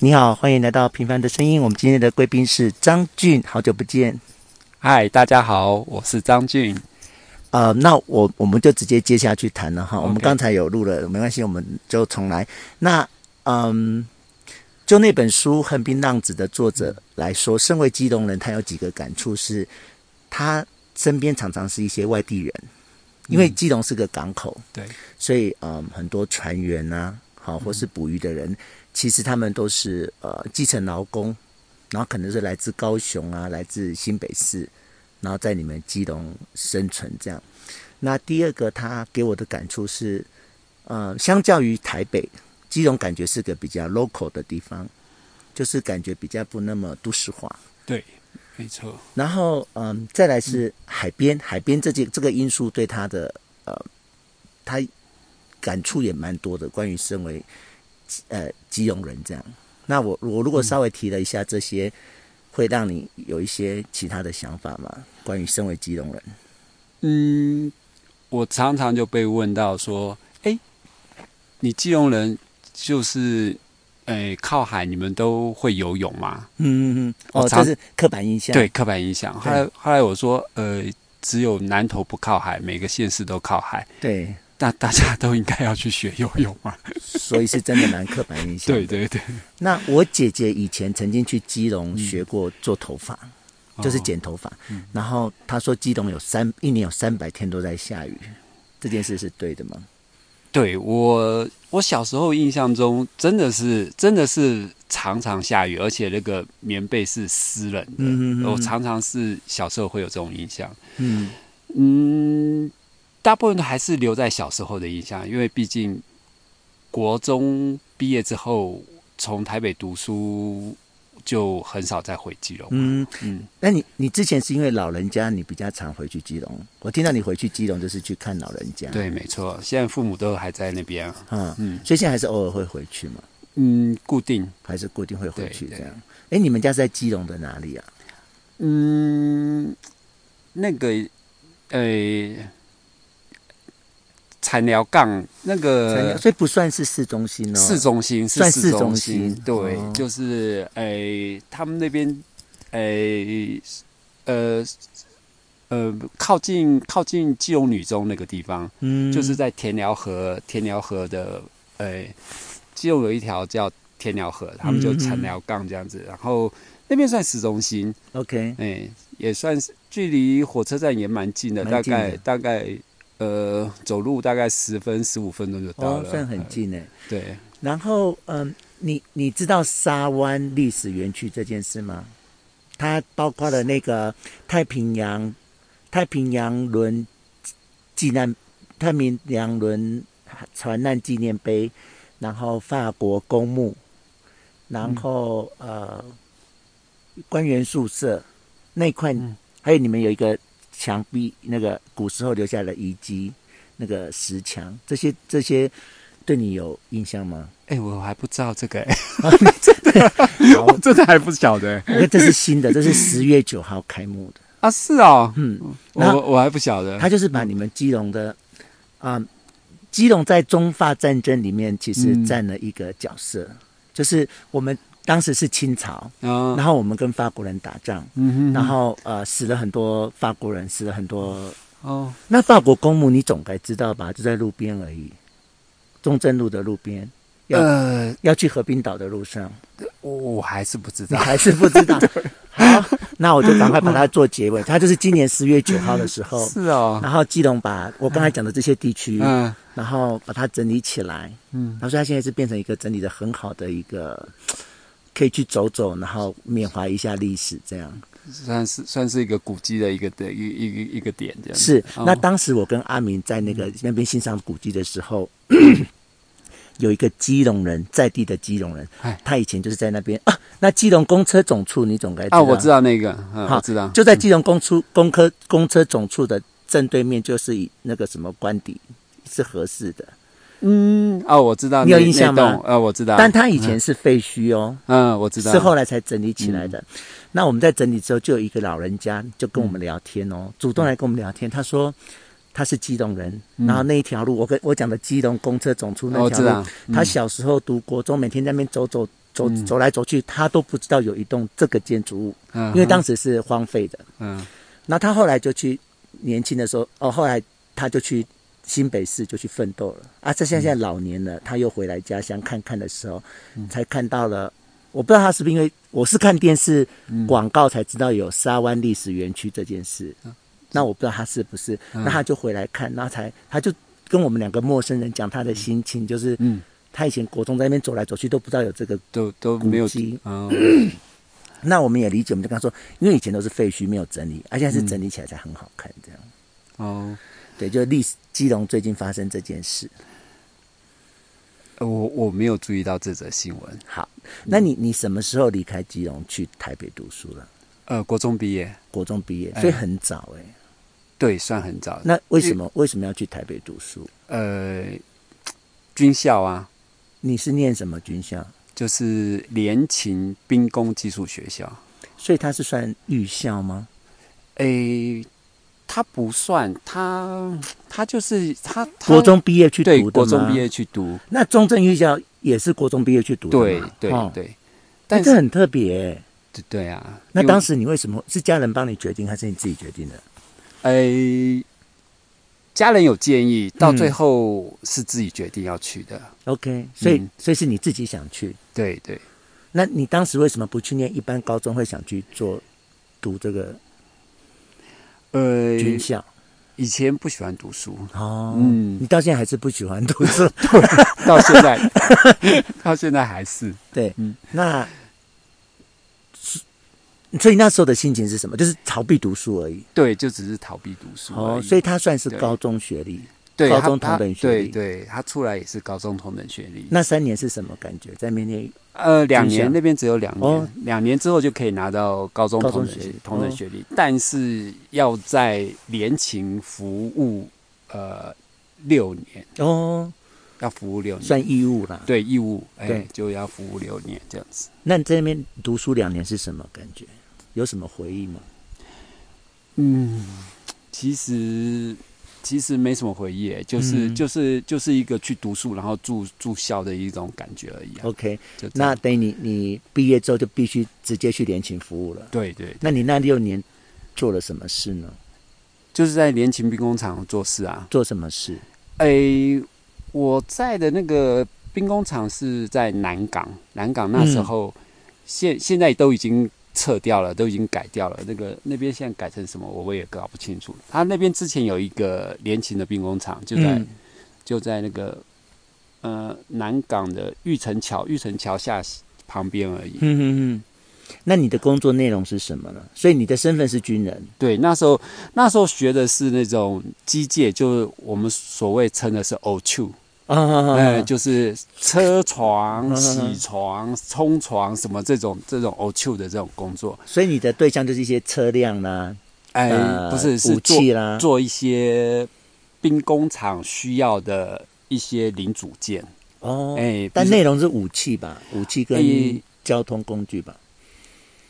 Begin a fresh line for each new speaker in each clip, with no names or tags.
你好，欢迎来到《平凡的声音》。我们今天的贵宾是张俊，好久不见。
嗨，大家好，我是张俊。
呃，那我我们就直接接下去谈了哈。我们
OK
刚才有录了，没关系，我们就重来。那嗯，就那本书《横滨浪子》的作者来说，身为基隆人，他有几个感触是，他身边常常是一些外地人，因为基隆是个港口，
对，
所以嗯，很多船员呐、好、或是捕鱼的人，其实他们都是呃基层劳工，然后可能是来自高雄啊，来自新北市，然后在你们基隆生存这样。那第二个，他给我的感触是，呃，相较于台北，基隆感觉是个比较 local 的地方，就是感觉比较不那么都市化。
对，没错。
然后，嗯，再来是海边，海边这件这个因素对他的呃，他感触也蛮多的，关于身为呃基隆人这样。那我我如果稍微提了一下这些，会让你有一些其他的想法吗？关于身为基隆人，
嗯，我常常就被问到说，哎、你基隆人就是，哎、靠海，你们都会游泳吗？
嗯嗯嗯，哦，
我常
这是刻板印象，
对，，刻板印象。后来后来我说，呃，只有南投不靠海，每个县市都靠海。
对，
那大家都应该要去学游泳嘛？
所以是真的蛮刻板印象。
对，对对，
那我姐姐以前曾经去基隆学过做头发。就是
哦
剪头发。然后他说，基隆有三一年有三百天都在下雨，这件事是对的吗？
对我，我小时候印象中真的是真的是常常下雨，而且那个棉被是湿冷的。
嗯嗯嗯
我常常是小时候会有这种印象。
嗯，
嗯，大部分都还是留在小时候的印象，因为毕竟国中毕业之后，从台北读书就很少再回基隆。
嗯，
嗯，
那你你之前是因为老人家，你比较常回去基隆。我听到你回去基隆就是去看老人家，，
对，没错，现在父母都还在那边。
啊、
嗯
所以现在还是偶尔会回去嘛，
嗯，固定。
还是固定会回去
对
这
对
样。哎，你们家是在基隆的哪里啊？
嗯，那个，呃，产寮港那
三
个
亚所以不算是市中心哦，
呃市中心是
算市
市
中
心，
心
对，
哦
就是呃，他们那边呃呃呃，靠近靠近基隆女中那个地方，
嗯，
就是在田寮河，田寮河的呃，基隆有一条叫田寮河，他们就
嗯嗯
产
嗯
寮港这样子，然后那边算市中心，
OK，
哎、也算是距离火车站也蛮近的，
蛮
大
近的
概大概呃，走路大概十分十五分钟就到
哦，
了，
算很
呃。
近哎。
对，
然后，嗯，你你知道沙湾历史园区这件事吗？它包括了那个太平洋太平洋轮纪念太平洋轮船难纪念碑，然后法国公墓，然后、呃官员宿舍那块，
嗯
还有你们有一个墙壁，那个古时候留下的遗迹，那个石墙，这些这些对你有印象吗？
哎、我还不知道这个、 哎
好，
我真的还不晓得、哎
因为这是新的，这是十月九号开幕的。
啊，是哦，
嗯，
我
那
我还不晓得，
它就是把你们基隆的啊、基隆在中法战争里面其实
嗯
占了一个角色，就是我们当时是清朝，
啊
然后我们跟法国人打仗，
嗯哼，
然后呃死了很多法国人，死了很多。
哦，
那法国公墓你总该知道吧？就在路边而已，中正路的路边，要、
呃，
要去和平岛的路上。
我我还是不知
你
道，
还是不知 道。好，那我就赶快把它做结尾。它就是今年十月九号的时候，
是哦，
然后基隆把我刚才讲的这些地区，
嗯
然后把它整理起来。
嗯，
他说他现在是变成一个整理的很好的一个，可以去走走，然后缅怀一下历史这样。
算是算是一个古迹的一个的一一一一个点这样子，
是，
哦
那当时我跟阿明在那个那边欣赏古迹的时 候，有一个基隆人，在地的基隆人
哎，
他以前就是在那边啊。那基隆公车总处你总该知
啊，
道
我知道那个，嗯，
好
我知道，
就在基隆公出公科公车总处的正对面，就是以那个什么官邸是合适的，
嗯，哦，我知道
你
那，
有印象吗
那栋啊，我知道，
但它以前是废墟哦，
嗯，我知道，
是后来才整理起来的。那我们在整理之后，就有一个老人家就跟我们聊天
嗯
哦，主动来跟我们聊天，他说。他是基隆人，然后那一条路，我跟我讲的基隆公车总出那
我
条
嗯知
路，
道嗯
他小时候读国中，每天在那边走走走
嗯
走来走去，他都不知道有一栋这个建筑物，
嗯，
因为当时是荒废的。
嗯
那他后来就去年轻的时候，哦，后来他就去新北市就去奋斗了啊。这现在老年了，他又回来家乡看看的时候，才看到了。我不知道他是不是因为我是看电视广告才知道有沙湾历史园区这件事，那我不知道他是不是，那他就回来看，那才他就跟我们两个陌生人讲他的心情，就是
嗯，
他以前国中在那边走来走去都不知道有这个
都都没有
古迹，
嗯
那我们也理解，我们就跟他说，因为以前都是废墟，没有整理，啊而、现在是整理起来才很好看，这样。
哦，
对，就历史基隆最近发生这件事。
呃我我没有注意到这则新闻。
好，
嗯
那你你什么时候离开基隆去台北读书了？
呃，国中毕业，
国中毕业，
哎
所以很早哎、
对，算很早。
那为什么为什么要去台北读书？
呃，军校啊，
你是念什么军校？
就是联勤兵工技术学校。
所以它是算预校吗？
诶，它不算，它它就是它它
国中毕业去读的
对
吗
国中毕业，去读，
那中正预校也是国中毕业去读的
对
嘛
对
哦
对，
哎
但
这
是
很特别、哎
对对啊，
那
因为
当时你为什么是家人帮你决定，还是你自己决定的？
诶，家人有建议，
嗯
到最后是自己决定要去的。
OK，所以、
嗯
所以是你自己想去。
对对，
那你当时为什么不去念一般高中，会想去做读这个
呃，
军校？
以前不喜欢读书，
哦，
嗯
你到现在还是不喜欢读 书？
到现在 到现在还是
对，
嗯
那是所以那时候的心情是什么？就是逃避读书而已。
对，就只是逃避读书而
哦，
已。
所以他算是
对
高中学历，
对
高
他
中
他
同等学历
对对，他出来也是高中同等学历。
那三年是什么感觉？在面对
呃，两
军校
年那边只有两年，
哦
两年之后就可以拿到高中
高
同
中
等
学
学
历
同
哦
等学历，但是要在联勤服务呃六年，
哦，
要服务六年，
算义务啦。，
对义务，哎、
对
就要服务六年这样子。
那你在那边读书两年是什么感觉？有什么回忆吗？
嗯，其实其实没什么回忆，就是、
嗯
就是就是一个去读书，然后住住校的一种感觉而已、啊。
OK，
就这
那
样
等于你你毕业之后就必须直接去联勤服务了。
对对，
那你那六年做了什么事呢？
就是在联勤兵工厂做事啊。
做什么事？
诶，我在的那个兵工厂是在南港，南港那时候、
嗯
现现在都已经撤掉了，都已经改掉了。那个那边现在改成什么，我我也搞不清楚。他那边之前有一个联勤的兵工厂，就在、
嗯
就在那个呃南港的玉城桥，玉城桥下旁边而已。
嗯嗯嗯，那你的工作内容是什么呢？所以你的身份是军人，
对，那时候那时候学的是那种机械，就是我们所谓称的是 O two。
啊
哎，就是车床、
嗯
洗床、冲床什么这种这种 o q 的这种工作，
所以你的对象就是一些车辆啦，
哎，
呃
不是是
武
做
器啦，
做一些兵工厂需要的一些零组件，
哦，
哎，
但
比如
内容是武器吧，武器跟
哎
交通工具吧，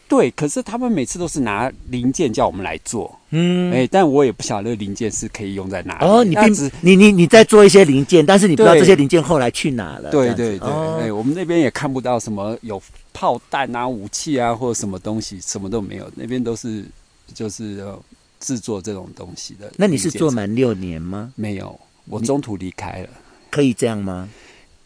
对，可是他们每次都是拿零件叫我们来做，
嗯，
哎，但我也不晓得那零件是可以用在哪里，
哦，你
哎那
并
只
你你你在做一些零件，但是你不知道
对
这些零件后来去哪了，
对
这样
对
子
对，
哦
哎，我们那边也看不到什么有炮弹啊、武器啊或者什么东西，什么都没有，那边都是就是、呃制作这种东西的。
那你是做
吗？
满六年吗？
没有，我中途离开了，
可以这样吗？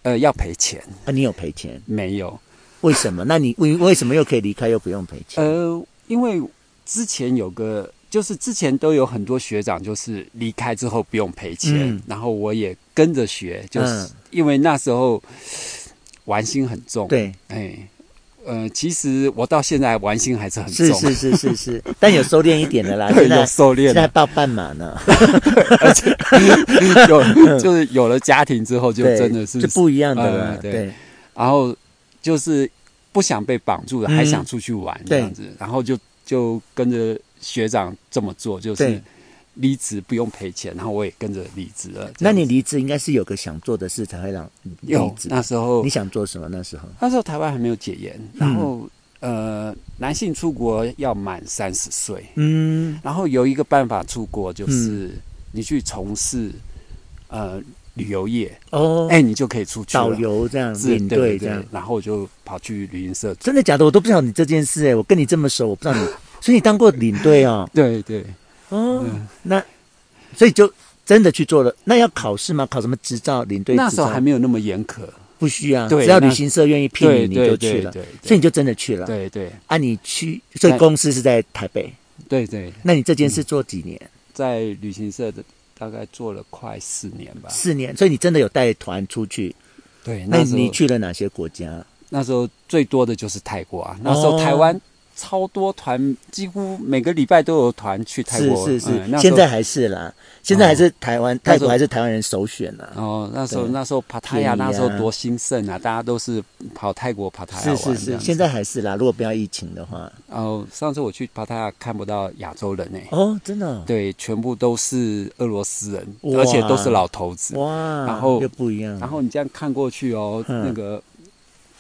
呃，要赔钱，
啊，你有赔钱？
没有，
为什么？那你为为什么又可以离开又不用赔钱？
呃，因为之前有个。就是之前都有很多学长，就是离开之后不用赔钱，
嗯
然后我也跟着学，就是
嗯
因为那时候玩心很重，，
对，
哎，呃，其实我到现在玩心还是很重，
是 是是是是，但有收敛一点的啦。
对，
现在
有收敛
现在
了，
报半马 呢，
而且 有就是有了家庭之后，就
嗯对，
真的是
就，不一样的了。
呃对
对，
然后就是不想被绑住了，
嗯
还想出去玩这样子，然后就就跟着学长这么做，就是
对
离职不用赔钱，然后我也跟着离职了。这
那
样
你离职应该是有个想做的事才会让你离
有
职。
那时候
你想做什么？那时候
那时候台湾还没有解严，然后、
嗯
呃，男性出国要满三十岁，
嗯
然后有一个办法出国，就是你去从事呃旅游业，
哦，
哎，你就可以出去
导
了。
游这样，
是
领
对对
队这样
对，，然后我就跑去旅行社。
真的假的？我都不知道你这件事哎、我跟你这么熟，我不知 道你，所以你当过领队哦，
对对，
哦，那所以就真的去做了。那要考试吗？考什么执照？领队
那
执
时候
照
还没有那么严苛。
不需要，
对
只要旅
那
行社愿意聘你，
对
你就
对
去
对
了，
对
所以你就真的去了。
对对
啊，你去，所以
在
公司是在台北。
对对，
那你这件
嗯
事做几年？
在旅行社的大概做了快四年吧。
四年，所以你真的有带团出去。
对，
那
时候
你去了哪些国家？
那时候最多的就是泰国啊，那时
哦
候台湾超多团，几乎每个礼拜都有团去泰
是
国。
是是
嗯，那时
现
候哦
在还是啦，现在还是台湾、
那
泰
时候
国还是台湾人首选啊啦。
哦，那时候
对
那时候帕塔
便
亚
宜啊
那时候多兴盛啊，大家都是跑泰国帕塔亚
是
玩
是
这
是，
样子
现在还是啦。如果不要疫情的话，
哦，上次我去帕塔亚看不到亚洲人呢、欸
哦，真的哦、
对，全部都是俄罗斯人，
哇
而且都是老头子。
哇，
然后
又不一样。
然后你这样看过去哦，
嗯
那个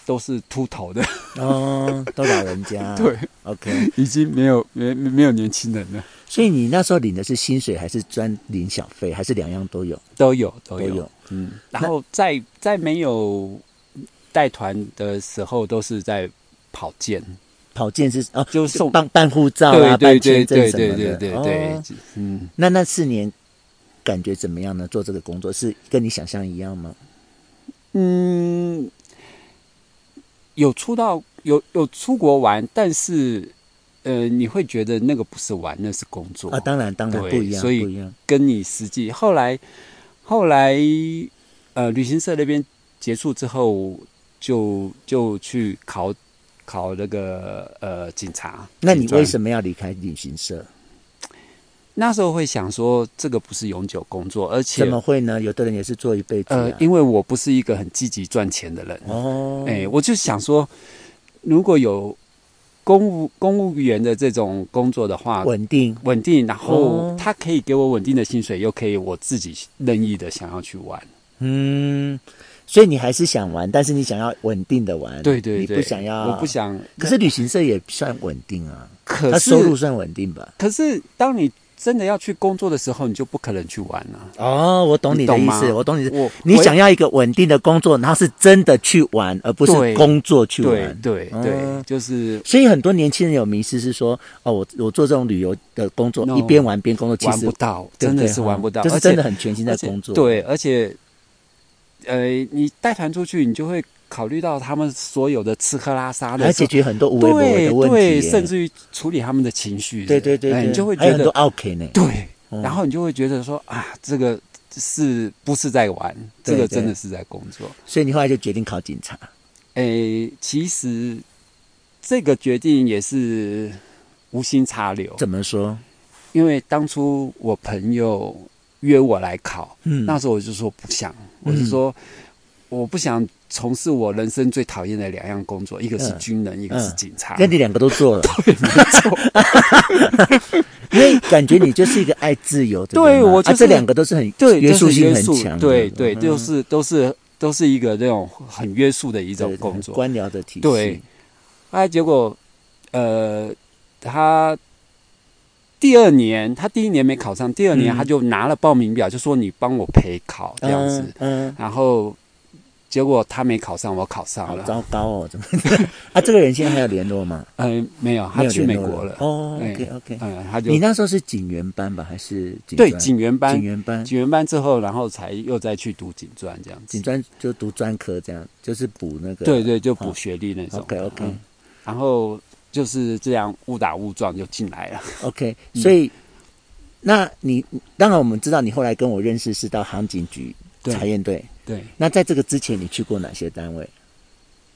都是秃头的，
哦，都老人家
对，
，OK。
已经没有没没没有年轻人了，
所以你那时候领的是薪水，还是专领小费，还是两样都有？
都有都
都有。
嗯，然后在在没有带团的时候，都是在跑健，
跑健是哦，
就送
办办护照啊，
对对
办
对
签证
对
什么
对
的。
对对对
哦，
嗯，
那那四年感觉怎么样呢？做这个工作是跟你想象一样吗？
嗯，有出到有有出国玩，但是呃，你会觉得那个不是玩，那是工作
啊，当然当然
哦对
不一样，不
所以
一样。
跟你实际后来后来呃，旅行社那边结束之后，就就去考考那个呃警察。
那你为
么？
什么要离开旅行社？
那时候会想说，这个不是永久工作，而且
怎么会呢？有的人也是做一辈子、啊。
呃，因为我不是一个很积极赚钱的人，哎、
哦，
我就想说，如果有公务公务员的这种工作的话，
稳定
稳定，然后
哦
他可以给我稳定的薪水，又可以我自己任意的想要去玩，
嗯，所以你还是想玩，但是你想要稳定的玩，
对对对，
你不想要，
我不。想，
可是旅行社也算稳定啊，
可
它
是
收入算稳定吧？
可是当你真的要去工作的时候，你就不可能去玩了、
哦，我懂你的
你
意
懂吗
思，我懂你的。
我
你
我
想要一个稳定的工作，然后是真的去玩，而不是
对
工作去
对
玩。
对对
嗯，
就是
所以很多年轻人有迷失，是说哦，我我做这种旅游的工作
No，
一边玩边工作，其
玩
实
不到，
对
真
对
的是
哈
玩不到，
就是
而
真
且
的很全心在
而且
工作。，
对，而且，呃，你带团出去，你就会考虑到他们所有的吃喝拉撒
还要
的
解
事，
决很多无微不微
对
的问题耶，
对，甚至于处理他们的情绪，
对对对
哎
对，
你就会
还有
觉
很多
得
OK 呢。
对，
嗯
然后你就会觉得说啊，这个是不是在玩？这
对
个
对
真的是在工作。
所以你后来就决定考警察。
诶，其实这个决定也是无心插柳，
怎么说？
因为当初我朋友约我来考，
嗯，
那时候我就说不想，我是说我不想从事我人生最讨厌的两样工作，一个是
嗯
军人，一个是
嗯
警察。
那你两个都做 了，对， 没错。因为感觉你就是一个爱自由的人嘛，
对我就是
啊、这两个都是很
对，
约束性很
就是约束
强的，
对对，
嗯
就是都是都是一个这种很约束的一
对
种工
很
作。
官僚的体系，
对，啊，结果呃，他第二年，他第一年没考上，第二年
嗯
他就拿了报名表，就说你帮我陪考这样子，
嗯，嗯，
然后结果他没考上，我考上
好
了，
糟糕哦，怎么 啊？这个人现在还有联络吗？
嗯、没有，
没
他
有
去
联络
美国了，
哦
哎
，OK OK，
嗯、他就
你那时候是警员班吧，还是警
对
专
警员班
警，员班，
警员班之后，然后才又再去读警专这样子
警，专就读专科这样，就是补那个
对对，就补
好
学历那种的
OK OK、
嗯然后就是这样误打误撞就进来了。
OK，所
嗯
以、那你当然我们知道你后来跟我认识是到航警局
对
查验队，
对，
那在这个之前你去过哪些单位？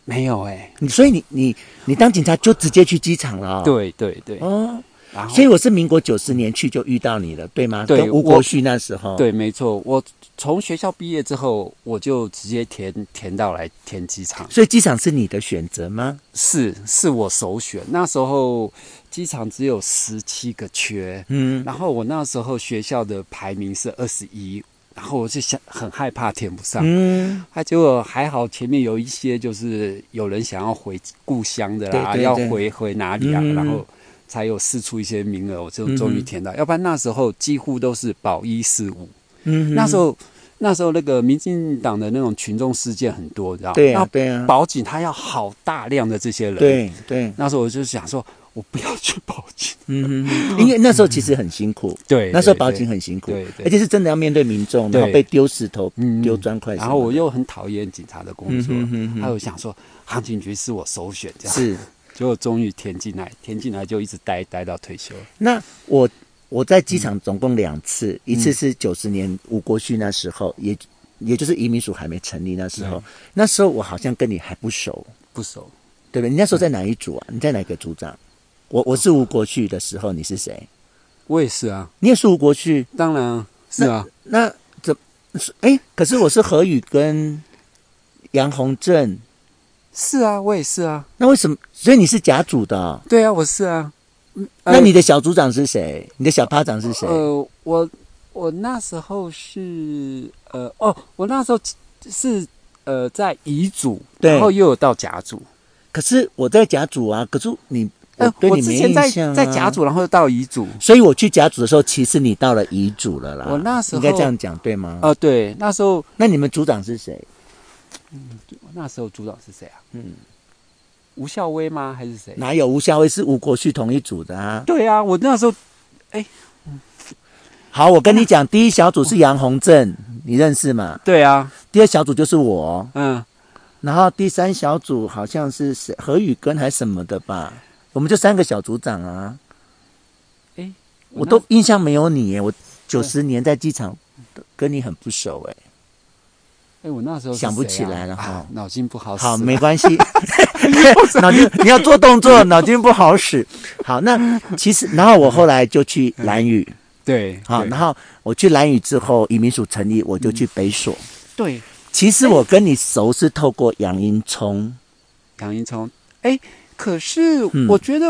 没有哎、
你所以你你你当警察就直接去机场了、哦？
对对对，
哦，
然后
所以我是民国九十年去就遇到你了，对吗？
对
跟吴
我
国旭那时候。
对，没错，我从学校毕业之后，我就直接填填到来填机场，
所以机场是你的选择吗？
是是我首选。那时候机场只有十七个缺，
嗯，
然后我那时候学校的排名是二十一，然后我就想很害怕填不上。
嗯，
啊，结果还好，前面有一些就是有人想要回故乡的啦，
对对
要
对
回回哪里啊，
嗯
然后才有试出一些名额，我就
嗯
终于填到。要不然那时候几乎都是保一四五，
嗯哼
那时候那时候那个民进党的那种群众事件很多，你知道吗？
对
然
啊
后，
对啊，
保警他要好大量的这些人。，
对对，
那时候我就想说，我不要去保警。
嗯哼，因为那时候其实很辛苦，
对，
那时候
对
保警
对
很辛苦
对，对
而且是真的要面对民众，然后
对
被丢石头
嗯、
丢砖块什么的，
然后我又很讨厌警察的工作，
嗯哼哼哼
还有想说航警局是我首选，这样。
是
结果终于填进来，填进来就一直待待到退休。
那我我在机场总共两次，一次是
嗯
九十年吴国旭那时候，也也就是移民署还没成立那时
嗯
候，那时候我好像跟你还不熟，
不熟，
对不对？你那时候在哪一组啊？你在哪个组长？我我是吴国旭的时候，你是谁？
我也是啊，
你也是吴国旭？
当然啊是啊，
那怎哎？可是我是何宇跟杨洪正，
是啊，我也是啊，
那为什么？所以你是甲组的哦、
对啊，我是啊。嗯呃
那你的小组长是谁？你的小趴长是谁？
呃，我我那时候是呃哦，我那时候是呃在乙组，
对
然后又有到甲组。
可是我在甲组啊，可是你我
呃，
对
我
你
之
没
前在
印象、啊嗯
在甲组，然后又到乙组。
所以我去甲组的时候，其实你到了乙组了啦。
我那时候
应该这样讲对吗？
呃，对，那时候
那你们组长是谁？
哦那时候组长是谁啊？
嗯，
吴孝威吗？还是谁？
哪有吴夏威是吴国旭同一组的啊？
对啊，我那时候
好，我跟你讲，第一小组是杨洪正，你认识吗？
对啊，
第二小组就是我，哦
嗯，
然后第三小组好像是谁何宇根还是什么的吧？我们就三个小组长啊，
哎，
我都印象没有你耶，我九十年在机场跟你很不熟哎。
哎，我那时候是
想不
谁啊
起来了哈
啊脑筋不好使。
好，没 关系， 脑筋你要做动作，脑筋不好使。好，那其实，然后我后来就去蓝屿，
对，
好，
嗯对
然后我去蓝屿之后，移民署成立，我就去北所。
对
其实我跟你熟是透过杨英聪，
杨英聪，哎，可是
嗯
我觉得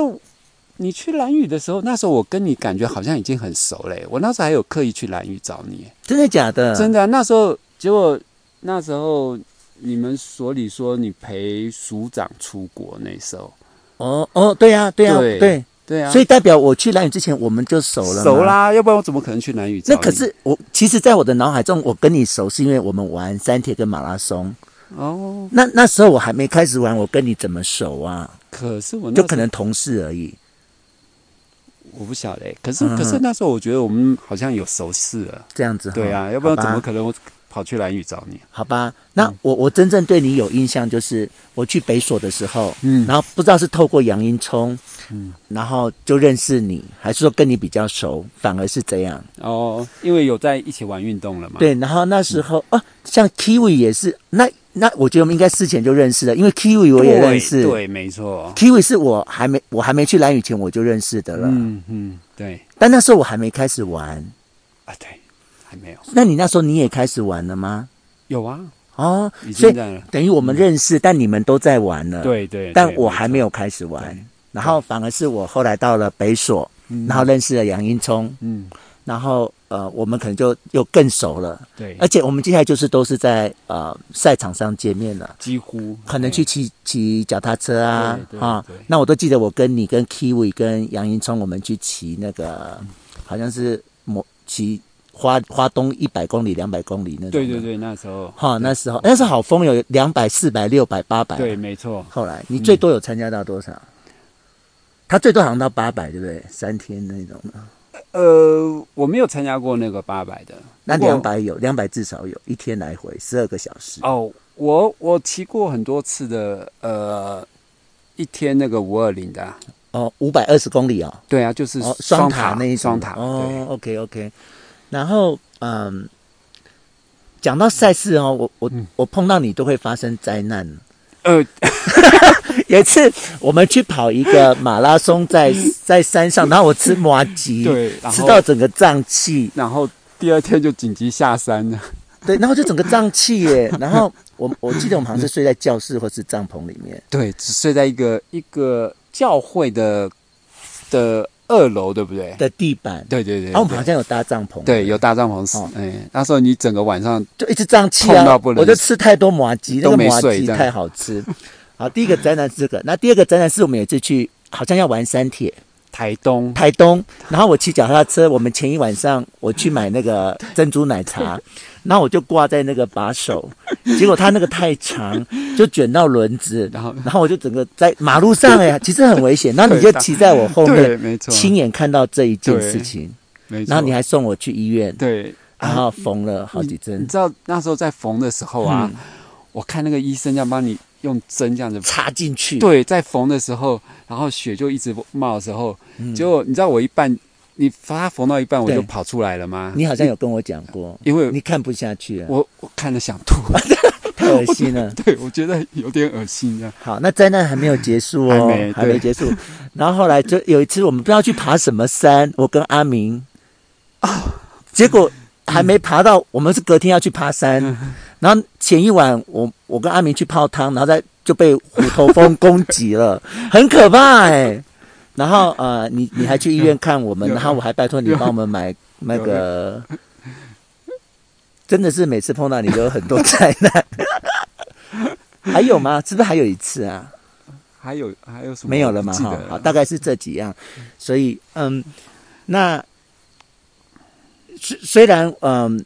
你去蓝屿的时候，那时候我跟你感觉好像已经很熟嘞。我那时候还有刻意去蓝屿找你，
真的假的？
真的啊、那时候结果那时候你们所里说你陪署长出国那时候，
哦哦，对呀、对呀、
对
对，
对啊，
所以代表我去蓝屿之前我们就熟了，
熟。啦，要不然我怎么可能去蓝屿找
那
你？
可是我，其实，在我的脑海中，我跟你熟是因为我们玩三铁跟马拉松。
哦，
那那时候我还没开始玩，我跟你怎么熟啊？
可是我那时
就
候
可能同事而已。
我不晓得欸、可是、
嗯
可是那时候我觉得我们好像有熟识了，
这样子哈，
对啊，要不然
好吧
怎么可嗯能我跑去蓝屿找你？
好吧？那我我真正对你有印象，就是我去北所的时候，
嗯
然后不知道是透过杨英聪，
嗯，
然后就认识你，还是说跟你比较熟，反而是这样？
哦，因为有在一起玩运动了嘛。
对，然后那时候啊，像 Kiwi 也是，那那我觉得我们应该事前就认识了，因为 Kiwi 我
对，
也认识
对，没错。
，Kiwi 是我还没我还没去蓝屿前我就认识的了，
嗯嗯，对
但那时候我还没开始玩。
啊，对，还没有，
那你那时候你也开始玩了吗？
有啊，
哦
已，
所
经
以
在了。
等于我们认识，但你们都在玩了。
对对，
但
对
我还没有开始
对
玩。然后反而是我后来到了北所，然后认识了杨英聪，
嗯，
然后呃，我们可能就又更熟了。
对，
而且我们接下来就是都是在呃赛场上见面了，
几乎
可能去骑骑脚踏车啊
对对
啊
对。
那我都记得我跟你、跟 Kiwi、跟杨英聪，我们去骑那个好像是某骑花花东一百公里、两百公里那种。
对对。对，那时候
哈，那时候那时候好疯，有两百、四百、六百、八百。
对，嗯没错，
后来你最多有参加到多少？他最多好像到八百，对不对？三天那种的。
呃，我没有参加过那个八百的，
那
不过
两百有，两百至少有一天来回十二个小时。
哦，我我骑过很多次的，呃，一天那个五二零的啊，
哦，五百二十公里哦，
对啊，就是
哦，
双
塔那一种
双塔，
哦，OK OK。然后嗯，讲到赛事哦，我我、
嗯
我碰到你都会发生灾难。
对，呃，
有一次我们去跑一个马拉松 在，在山上，然后我吃麻吉，
对然后
吃到整个胀气，
然后第二天就紧急下山了，
对，然后就整个胀气耶。然后我我记得我们好像是睡在教室或是帐篷里面，
对，只睡在一个一个教会的的二楼，对不对？
的地板。
对对对，
然后我们
对
好像有搭帐篷，
对有大帐篷
哦，
哎，那时候你整个晚上
就一直胀气
痛
啊
到，不能
我就吃太多麻吉，那
都
个
没
麻
睡
吉
这样
太好吃。 好，第一个灾难是这个，那第二个灾难是我们有一次去，好像要玩山铁，
台东，
台 东，然后我骑脚踏车，我们前一晚上我去买那个珍珠奶茶，然后我就挂在那个把手，结果它那个太长， 就卷到轮子，
然后
然后我就整个在马路上 哎、其实很危险。然后你就骑在我后
对，
面，
没错，
亲眼看到这一件
对
事情，
没错。
然后你还送我去医院，
对，嗯
然后缝了好几针
你，知道那时候在缝的时候啊，
嗯
我看那个医生这样帮你用针这样子
插进去，
对，在缝的时候，然后血就一直冒的时候，结果你知道我一半，你他缝到一半我就
嗯对
跑出来了 吗？
你好像有跟我讲过，
因为
你看不下去了，
我我看了想 吐，
太恶心了。
对我觉得有点恶心这样。
好，那灾难还没有结束哦，
还没对
结束。然后后来就有一次，我们不知道去爬什么山，我跟阿明 啊，结果还没爬到，我们是隔天要去爬山。然后前一晚，我我跟阿明去泡汤，然后再就被虎头蜂攻击了，很可怕哎、 然后呃，你你还去医院看我们，
有
然后我还拜托你帮我们买那个，真的是每次碰到你都有很多灾难。 还有吗？是不是还有一次啊？
还有还有什么？
没有了
不
嘛
记
哈
得，
好，大概是这几样，所以嗯，那虽虽然嗯，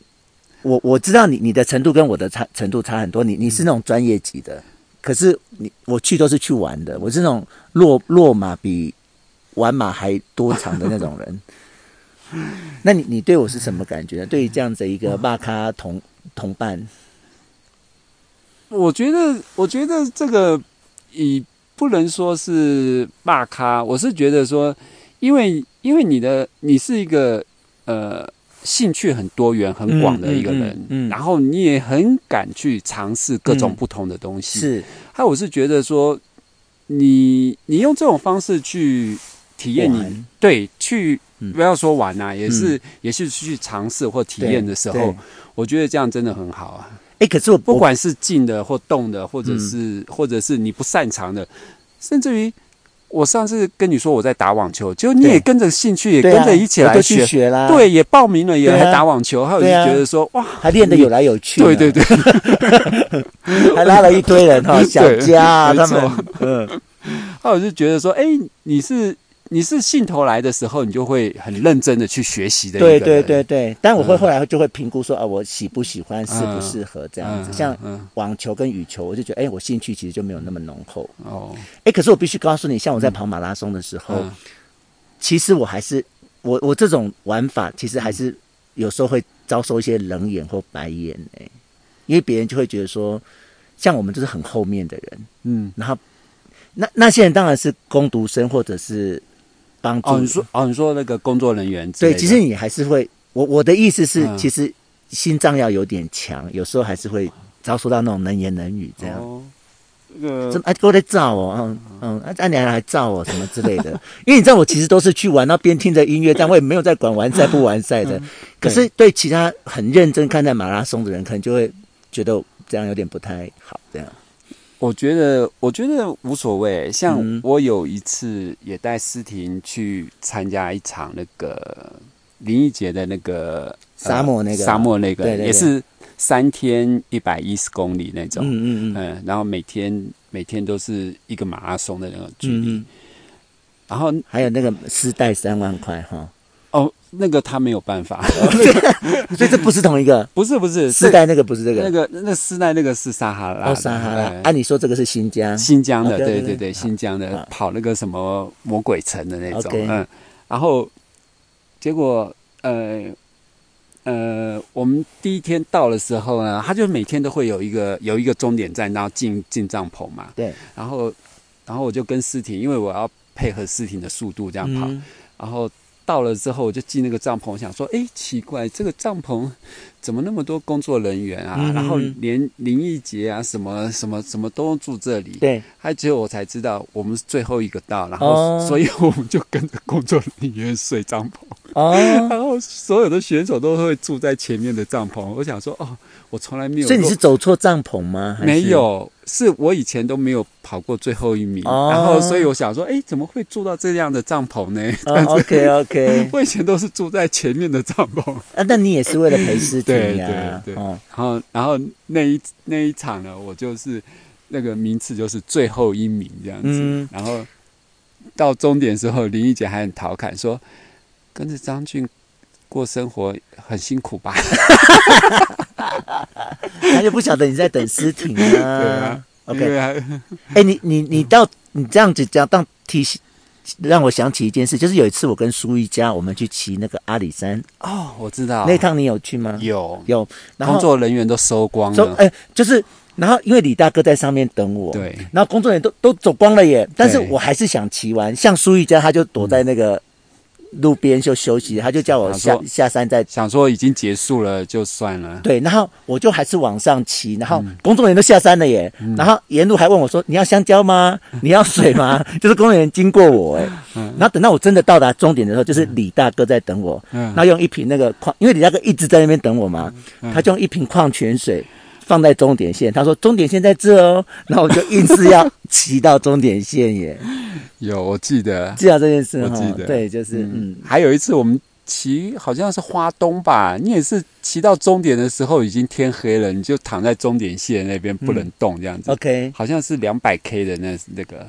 我我知道你你的程度跟我的差程度差很多，你你是那种专业级的，可是你我去都是去玩的，我是那种落落马比玩马还多长的那种人。 那你你对我是什么感觉呢？对于这样子一个骂咖同同伴，
我觉得，我觉得这个以不能说是骂咖，我是觉得说，因为因为你的你是一个呃兴趣很多元、很广的一个
嗯
人，
嗯嗯嗯
然后你也很敢去尝试各种
嗯
不同的东西。
是
还有，我是觉得说，你你用这种方式去体验你
玩
对去
嗯
不要说玩呐、也是、也是去尝试或体验的时，
对对
候，我觉得这样真的很好啊。
哎，可是我嗯
不
我
管是静的或动的，或者是、或者是你不擅长的，甚至于我上次跟你说我在打网球，结果你
对
也跟着兴趣，也
对
跟
啊
着一起
我
来
都去
学，
学啦，
对，也报名了，也
对啊
来打网球，还有就
对啊
觉得说哇，
还练得有来有去呢，啊
对对对，
还拉了一堆人 哈，小佳啊，
没
他
错
们，嗯，
还有就觉得说，哎，你是你是兴头来的时候，你就会很认真的去学习的一个
对
人，
对对对。但我会
嗯
后来就会评估说啊，我喜不喜欢，适不
嗯
适合这
嗯，
样子。
嗯
像
嗯
网球跟羽球，我就觉得哎，我兴趣其实就没有那么浓厚。
哦，
哎，可是我必须告诉你，像我在跑马拉松的时候，
嗯
其实我还是我我这种玩法，其实
嗯
还是有时候会遭受一些冷眼或白眼哎，因为别人就会觉得说，像我们就是很后面的人。
嗯，
然后那那些人当然是攻读生或者是帮助。
哦，你说哦，你说那个工作人员之类
对，
的，
其实你还是会，我我的意思是，
嗯
其实心脏要有点强，有时候还是会遭受到那种能言能语这样。
哦，这个
什么哎，给我在造哦，嗯嗯，啊，啊你还还造哦，什么之类的。 因为你知道，我其实都是去玩，那边听着音乐，但我也没有在管完赛不完赛的。
嗯
可是对其他很认真看待马拉松的人，可能就会觉得这样有点不太好，这样。
我觉得，我觉得无所谓。像
嗯
我有一次也带思婷去参加一场那个林忆杰的那个呃
沙漠那个
沙漠那个
对对对
也是三天一百一十公里那种，
嗯嗯
嗯
嗯
然后每天每天都是一个马拉松的那种距
嗯
离。
嗯，
然后
还有那个丝带三万块哈。
哦，那个他没有办法，
所以这不是同一个，
不是不是
哦四代那个不是这
那
个，
个那个斯奈那个是撒哈拉的，
哦，撒哈拉
哎。
按理说这个是新疆，
新疆的，
OK，OK，
对
对
对对，
好
新疆的
好
跑那个什么魔鬼城的那种
OK，
嗯，然后结果呃呃，我们第一天到的时候呢，他就每天都会有一个有一个终点站，然后进进帐篷嘛，
对，
然后然后我就跟思婷，因为我要配合思婷的速度这样跑，
嗯
然后到了之后我就进那个帐篷，我想说，哎，奇怪，这个帐篷怎么那么多工作人员啊？
嗯
然后
嗯
连林忆杰啊，什么什么什么都住这里，
对，
还只有我才知道我们是最后一个到，然后、
哦
所以我们就跟着工作人员睡帐篷，
哦，
然后所有的选手都会住在前面的帐篷。我想说，哦，我从来没有
所
过，
以你是走错帐篷吗？还是
没，有，是我以前都没有跑过最后一名，
哦
然后所以我想说，哎，怎么会住到这样的帐篷呢？
哦，OK OK，
我以前都是住在前面的帐篷，
啊，那你也是为了陪尸体
对
呀，
对对
哦，
然后然后那一那一场呢，我就是那个名次就是最后一名这样子，
嗯
然后到终点时候，林忆姐还很调侃说：“跟着张俊过生活很辛苦吧
他就不晓得你在等尸体
对
呢
啊。因
嗯 OK，
为还
哎，你你你到你这样子讲，当提醒让我想起一件事，就是有一次我跟苏一家我们去骑那个阿里山，
哦，我知道
那一趟你有去吗？
有
有，然
工
后
作人员都收光
说
了，
哎，就是然后因为李大哥在上面等我，
对，
然后工作人员都都走光了耶，但是
对嗯
我还是想骑完。像苏玉佳，他就躲在那个路边就休息，他就叫我
他
下
说
下山再
想说已经结束了就算了。
对，然后我就还是往上骑，然
嗯
后工作人员都下山了耶，然后沿路还问我说：“你要香蕉吗？
嗯
你要水吗？”就是工作人员经过我哎，然后等到我真的到达终点的时候，就是李大哥在等我，
嗯
那用一瓶那个矿，因为李大哥一直在那边等我嘛，他就用一瓶矿泉水放在终点线，他说：“终点线在这哦。” 然后我就硬是要骑到终点线耶，
有，我记得
记得这件事
我
哈
记，得
对，就是嗯，
还有一次我们骑好像是花东吧，你也是骑到终点的时候已经天黑了，你就躺在终点线那边不能动这样子，
OK，
好像是两百 K 的那那个。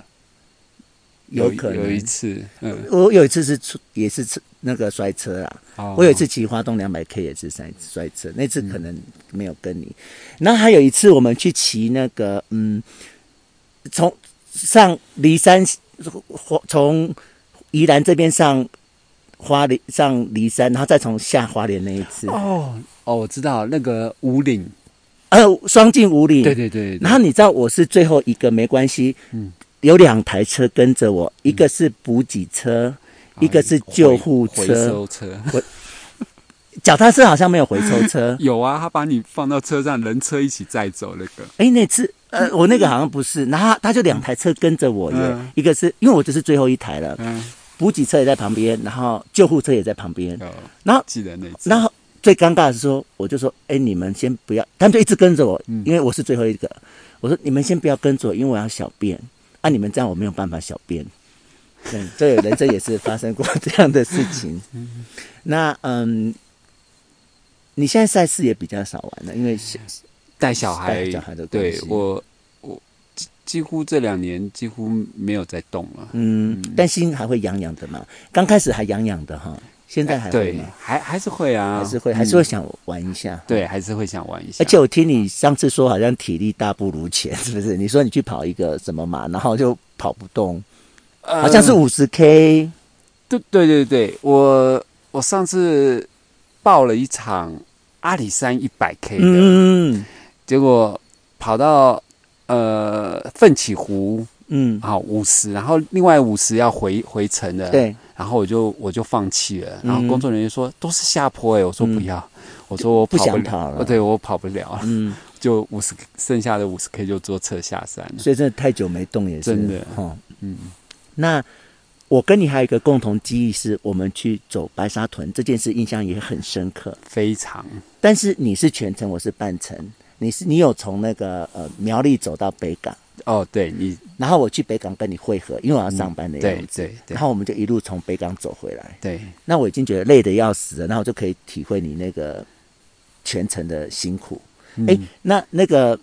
有
一
可能
有一次，嗯，
我有一次是出也是出那个摔车啊。
哦
我有一次骑花东两百 K 也是摔摔车，那次可能没有跟你。然后还有一次我们去骑那个，嗯，从上骊山，从宜兰这边上花莲上骊山，然后再从下花莲那一次，
哦哦，我知道那个五岭，
呃，双进五里，
对对对，对
然后你知道我是最后一个，没关系，
嗯
有两台车跟着我，一个是补给车，一个是救护
啊回
车
回收车，，
脚踏车好像没有回收车
有啊，他把你放到车上，人车一起载走那个，
哎，那次呃，我那个好像不是，然后他就两台车跟着我耶，
嗯
一个是因为我这是最后一台了，
嗯，
补给车也在旁边，然后救护车也在旁边，
有
然后
记得那次，
然后最尴尬的是说，我就说，哎，你们先不要，他们就一直跟着我，
嗯
因为我是最后一个，我说你们先不要跟着我，因为我要小便，啊，你们这样我没有办法小便，对，这人生也是发生过 这样的事情，那嗯。你现在赛事也比较少玩了，因
嗯
为小
带小孩，
带小孩的关
对
系
我我几几乎这两年几乎没有在动了。
嗯，但心还会痒痒的嘛。刚开始还痒痒的哈，现在还会
对
吗？，
还还是会哎啊，
还是会，还是会
嗯
想玩一下。
对，还是会想玩一下。
而且我听你上次说，好像体力大不如前， 是不是？你说你去跑一个什么马，然后就跑不动，
呃
好像是五十 K，
对对对对，我我上次报了一场阿里山一百 K 的，
嗯
结果跑到呃奋起湖
嗯，
啊五十，然后另外五十要回回程的，，
对，
然后我就我就放弃了。
嗯
然后工作人员说、都是下坡哎、我说
嗯
不要，我说我
不
跑
想
了，
跑了
哦对我跑不了，
嗯，
就五十剩下的五十 K 就坐车下山了。
所以真的太久没动也是
真的
哈。
嗯，
那我跟你还有一个共同记忆是，我们去走白沙屯这件事，印象也很深刻。
非常
但是你是全程，我是半程。你是你有从那个呃苗栗走到北港，
哦，对你
然后我去北港跟你会合，因为我要上班的样
嗯对
子。
对对
然后我们就一路从北港走回来，
对
那我已经觉得累得要死了，那我就可以体会你那个全程的辛苦。
嗯
哎、那那个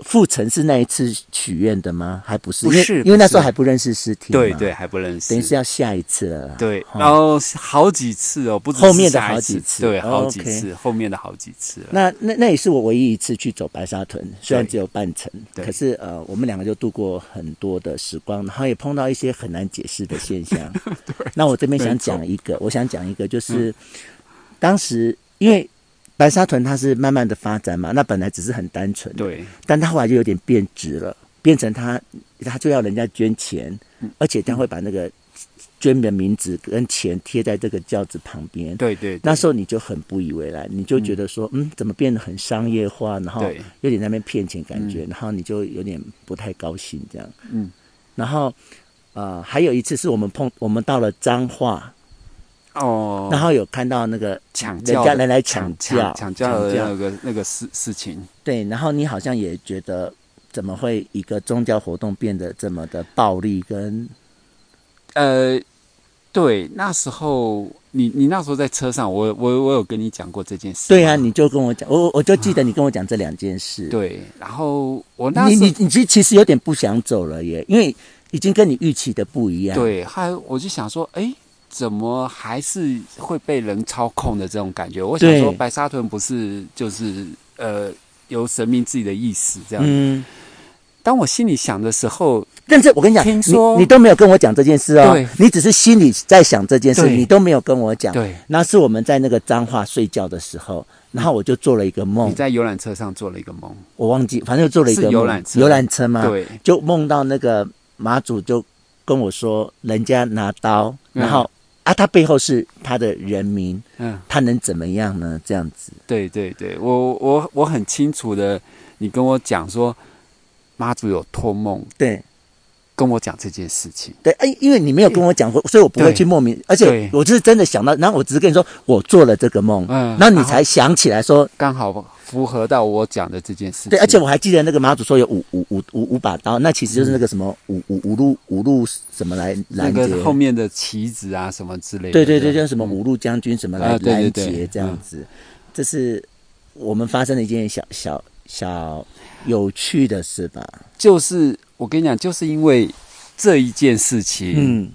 傅城是那一次许愿的吗？还不是，
不是
因为
不
因为那时候
是
还不认识尸体嘛，
对对，还不认识，
等于是要下一次了啦。
对，
哈
然后好几次哦，不止
后面的
下一
好几次
对，
哦
好几
OK
次，后面的好几次了。
那那那也是我唯一一次去走白沙屯，虽然
对
只有半程，
对
可是呃，我们两个就度过很多的时光，然后也碰到一些很难解释的现 象。那我这边想讲一个，我想讲一个，
嗯
就是、当时因为白沙屯它是慢慢的发展嘛，那本来只是很单纯，
对，
但它后来就有点变质了，变成它它就要人家捐钱，
嗯
而且它会把那个捐的名字跟钱贴在这个轿子旁边，
对对，
那
对
时候你就很不以为然，你就觉得说，嗯怎么变得很商业化，然后
对
有点在那边骗钱感觉，然后你就有点不太高兴这样。
嗯，
然后呃，还有一次是我们碰，我们到了彰化，
哦，
然后有看到那个
抢
人
教
家
的
人来
抢
抢教，
抢教的那个那个事事情，
对，然后你好像也觉得怎么会一个宗教活动变得这么的暴力跟
呃，对，那时候你你那时候在车上，我我我有跟你讲过这件事，
对啊，，你就跟我讲，我我我就记得你跟我讲这两件事，
对，然后我那
你
时
你
候
你其其实有点不想走了耶，因为已经跟你预期的不一样，
对，还我就想说，哎，怎么还是会被人操控的这种感觉？我想说，
对
白沙屯不是就是呃由神明自己的意思这样。
嗯，
当我心里想的时候，
但是我跟你讲，
听说
你你都没有跟我讲这件事哦
对，
你只是心里在想这件事，
对
你都没有跟我讲。
对，嗯
那是我们在那个彰化睡觉的时候，然后我就做了一个
你
梦，
在游览车上做了一个梦，
我忘记，反正就做了一个
是
梦
游览车
游览车嘛，
对
就梦到那个马祖就跟我说，人家拿刀，
嗯
然后、啊，他背后是他的人民，
嗯，
他能怎么样呢？这样子，
对对对，我我我很清楚的，你跟我讲说妈祖有托梦
对
跟我讲这件事情，
对，哎，因为你没有跟我讲过，所以我不会
嗯对
去莫名，而且
对
我就是真的想到，然后我只是跟你说我做了这个梦，
嗯，
然后你才想起来说，
刚好符合到我讲的这件事情，
对，而且我还记得那个马祖说有五五五五五把刀，那其实就是那个什么五五五路五路什么来
嗯那
拦截。
个后面的棋子啊什么之类的，
对对对，叫什么
嗯
五路将军什么来、
啊对对对
拦截这样子，这是我们发生的一件小小小有趣的事吧？
就是我跟你讲，就是因为这一件事情，
嗯，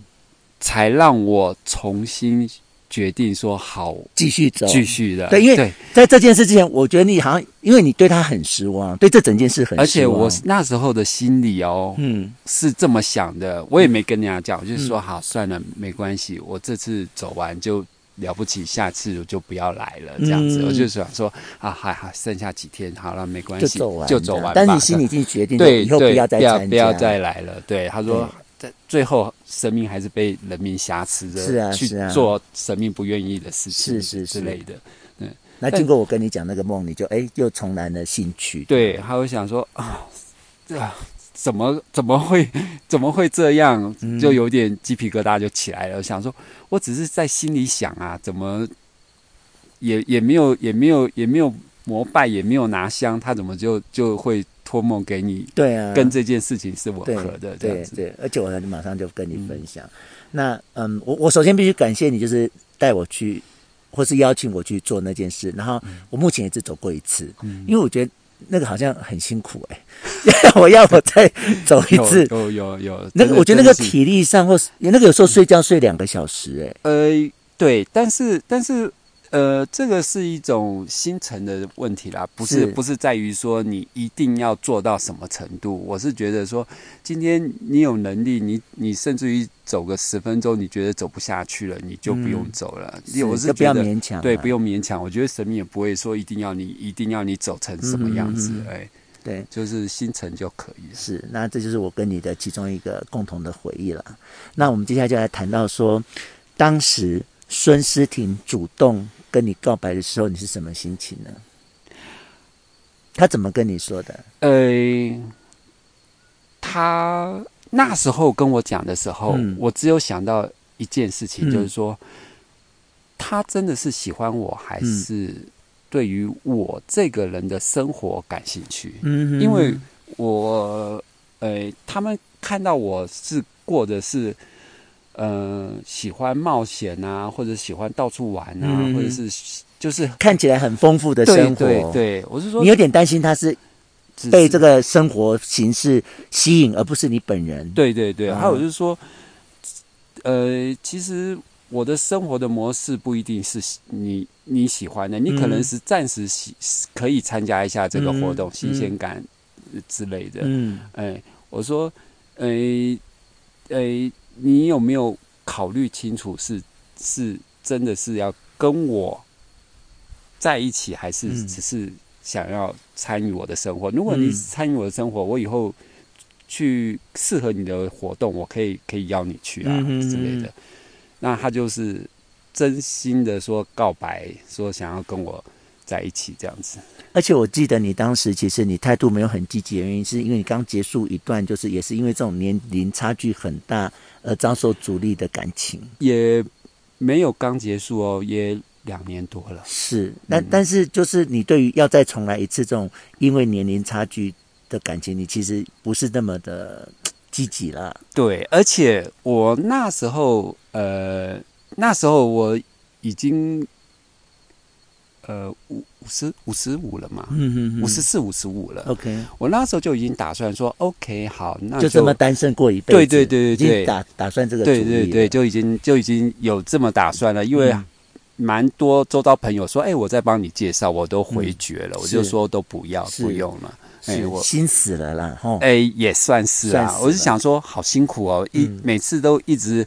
才让我重新决定说好
继续走。
继续的。
对因为在这件事之前，我觉得你好像因为你对他很失望，对这整件事很失望。
而且我那时候的心里哦、
嗯
是这么想的，我也没跟人家讲，我就说好算了，没关系，我这次走完就。了不起，下次我就不要来了，这样子，
嗯
我就想说啊，还好剩下几天，好了，嗯没关
就
系，
走完
就走完吧。
但是你心里已经决定说
对
以后不
对
要再
不要
参加，
不要再来了。对，他说，在最后神明还是被人民挟持着，
是啊
去
是啊
做神明不愿意的事情，
是是是
之类的。
那经过我跟你讲那个梦，你就哎又重燃了兴趣。
对，他会想说 啊，这啊怎么怎么会 怎么会这样？
嗯
就有点鸡皮疙瘩就起来了，想说我只是在心里想啊，怎么也也没有也没有也没有膜拜，也没有拿香，他怎么就就会托梦给你？
对啊，
跟这件事情是吻
对
合的，这样
对
子。
对，而且我马上就跟你分享。那嗯，我我首先必须感谢你，就是带我去，或是邀请我去做那件事。然
嗯
后我目前也只走过一次，因为我觉得那个好像很辛苦哎、 我要我再走一次。
有有有 有，
那
真
个
的
我觉得那个
真的是
体力上，或是那个有时候睡觉睡两个小时哎、
呃对，但是但是呃，这个是一种心诚的问题啦，不是
是
不是在于说你一定要做到什么程度，我是觉得说今天你有能力，你你甚至于走个十分钟，你觉得走不下去了，你就不用走了。嗯我
嗯就是不要
觉得
勉强、啊
对，不。用勉强。我觉得神明也不会说一定要你一定要你走成什么样子，
嗯嗯嗯
哎，
对，
就是心诚就可以了。
是，那这就是我跟你的其中一个共同的回忆了。那我们接下来就来谈到说，当时孙思婷主动跟你告白的时候，你是什么心情呢？他怎么跟你说的？
呃，他那时候跟我讲的时候，
嗯
我只有想到一件事情，
嗯
就是说，他真的是喜欢我，还
嗯
是对于我这个人的生活感兴趣？
嗯
因为我，呃，他们看到我是过的是。呃，喜欢冒险啊，或者喜欢到处玩啊，
嗯
或者是就是
看起来很丰富的
对
生活，
对对，我是说
你有点担心他是
只
被
是
这个生活形式吸引，而不是你本人。，
对对对，
啊
还有就是说，呃，其实我的生活的模式不一定是喜你你喜欢的，你可能
嗯
是暂时喜可以参加一下这个活动，
嗯
新鲜感呃之类的。
嗯
哎，我说，呃呃，你有没有考虑清楚是是真的是要跟我在一起，还是
嗯
只是想要参与我的生活？如果你
嗯
参与我的生活，我以后去适合你的活动，我可以可以邀你去啊
嗯哼
之类的。那他就是真心的说告白，说想要跟我在一起这样子。
而且我记得你当时其实你态度没有很积极的原因，是因为你刚结束一段，就是也是因为这种年龄差距很大而遭受阻力的感情。
也没有刚结束哦，也两年多了。
是，嗯但、但是就是你对于要再重来一次这种因为年龄差距的感情，你其实不是那么的嘖积极啦。
对，而且我那时候，呃，那时候我已经，呃，无五十五十五了嘛，
嗯嗯
五十四五十五了。
，OK，
我那时候就已经打算说，OK，好，那
啊就这么单身过一辈子，
对对对对对
已经打打算这个主意
对对
了
对，，就已经就已经有这么打算了，因为
嗯
蛮多周遭朋友说，哎、我在帮你介绍，我都回绝了，我
嗯是
就说都不要，
是
不用了。哎、
是
我
心死了啦，吼，
哎、也算是啊，
算是
我是想说，好辛苦哦，一、
嗯
每次都一直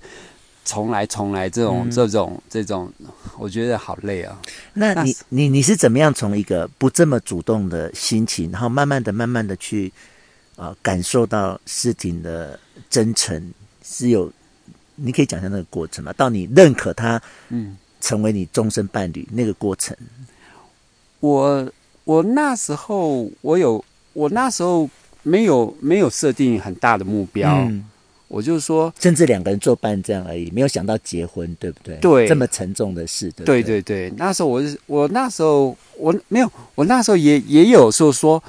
重来重来，这种、
嗯
这种这种，我觉得好累啊。
那
那
你
是
你你是怎么样从一个不这么主动的心情，然后慢慢的、慢慢的去呃感受到事情的真诚，是有你可以讲一下那个过程吗？到你认可他
嗯，
成为你终身伴侣那个过程，
我我那时候我有我那时候没有没有设定很大的目标，
嗯，
我就说。
甚至两个人作伴这样而已，没有想到结婚，对不对？
对
这么沉重的事，对不
对
对
对对，那时候我是我那时候我没有，我那时候也也有说说，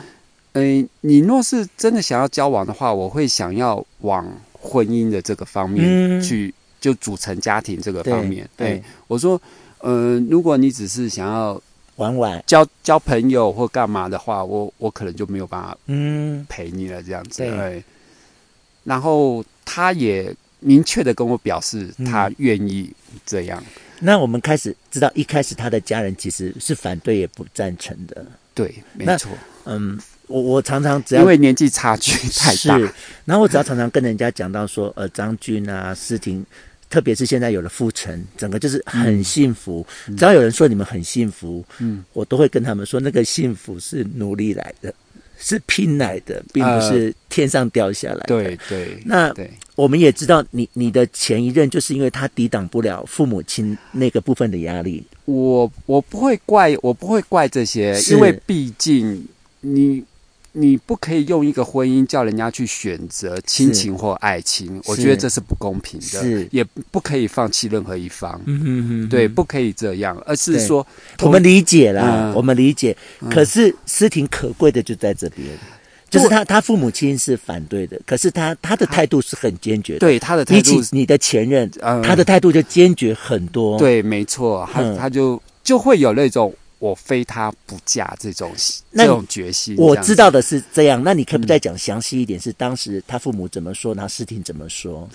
嗯、你若是真的想要交往的话，我会想要往婚姻的这个方面
嗯
去，就组成家庭这个
对
方面。对
对
我说，呃，如果你只是想要
玩玩，
交交朋友或干嘛的话，我我可能就没有办法
嗯，
陪你了这样子。
对
哎然后他也明确的跟我表示，他
嗯
愿意这样。
那我们开始知道，一开始他的家人其实是反对也不赞成的，
对，没
那
错。
嗯，我我常常只要
因为年纪差距太大，
是，然后我只要常常跟人家讲到说，呃，张军啊，思婷，特别是现在有了傅晨，整个就是很幸福。只要有人说你们很幸福，
嗯，
我都会跟他们说，那个幸福是努力来的，是拼来的，并不
呃
是天上掉下来的。
对对，
那
对
我们也知道你，你的前一任就是因为他抵挡不了父母亲那个部分的压力，
我我不会怪我不会怪这些，
是
因为毕竟你你不可以用一个婚姻叫人家去选择亲情或爱情，我
是
觉得这是不公平的
是，
也不可以放弃任何一方，
嗯哼哼
对，不可以这样，而是
对
说
我们理解啦，
嗯
我们理解。可是思婷可贵的就在这边，就是他他父母亲是反对的，可是他他的态度是很坚决的。，
对他的态
比起
度是，
你的前任，
嗯
他的态度就坚决很多。，
对，没错，他
嗯
他就就会有那种我非他不嫁这种
那
这
你
种决心，
我
这样嗯
知
子
道的是这样。那你可不可以再讲详细一点？是当时他父母怎么说，然后思婷怎么说？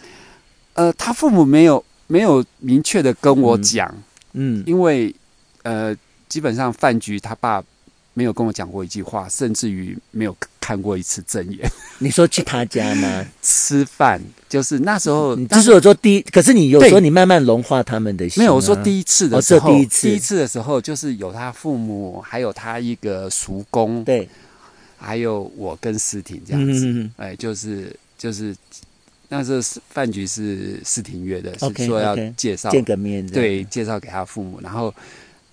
呃，他父母没有没有明确的跟我讲，
嗯，
因为呃，基本上饭局他爸没有跟我讲过一句话，甚至于没有看过一次正眼。
你说去他家吗？
吃饭就是那时候，
你就
那
是我说第一，可是你有时候
对
你慢慢融化他们的心、
没有我说第
一，
一次
哦
的
这
时候，
第一次
的时候就是有他父母，还有他一个叔公，
对，
还有我跟思婷这样子，
嗯，
哎，就是就是。那时候是饭局是思婷约的，是
OK，
说要
OK，
介绍
见个面，，
对，介绍给他父母，然后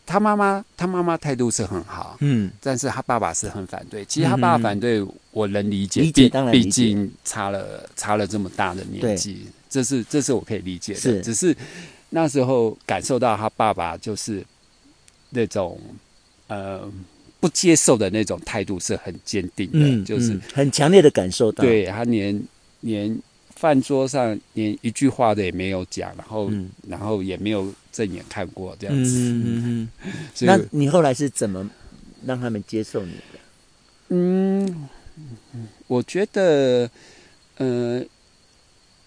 他妈妈，他妈妈态度是很好，
嗯，
但是他爸爸是很反对。其实他爸
嗯
爸反对，我能理解，
理解
毕
当然理
毕
解
竟差了差了这么大的年
对
纪，这是这是我可以理解的。
是
只是那时候感受到他爸爸就是那种呃不接受的那种态度是很坚定的，
嗯，
就是、
嗯很强烈的感受到，，
对他连连饭桌上连一句话的也没有讲，然后、
嗯
然后也没有正眼看过这样子，
嗯嗯嗯，
所
那
以
你后来是怎么让他们接受你的？
嗯，我觉得呃，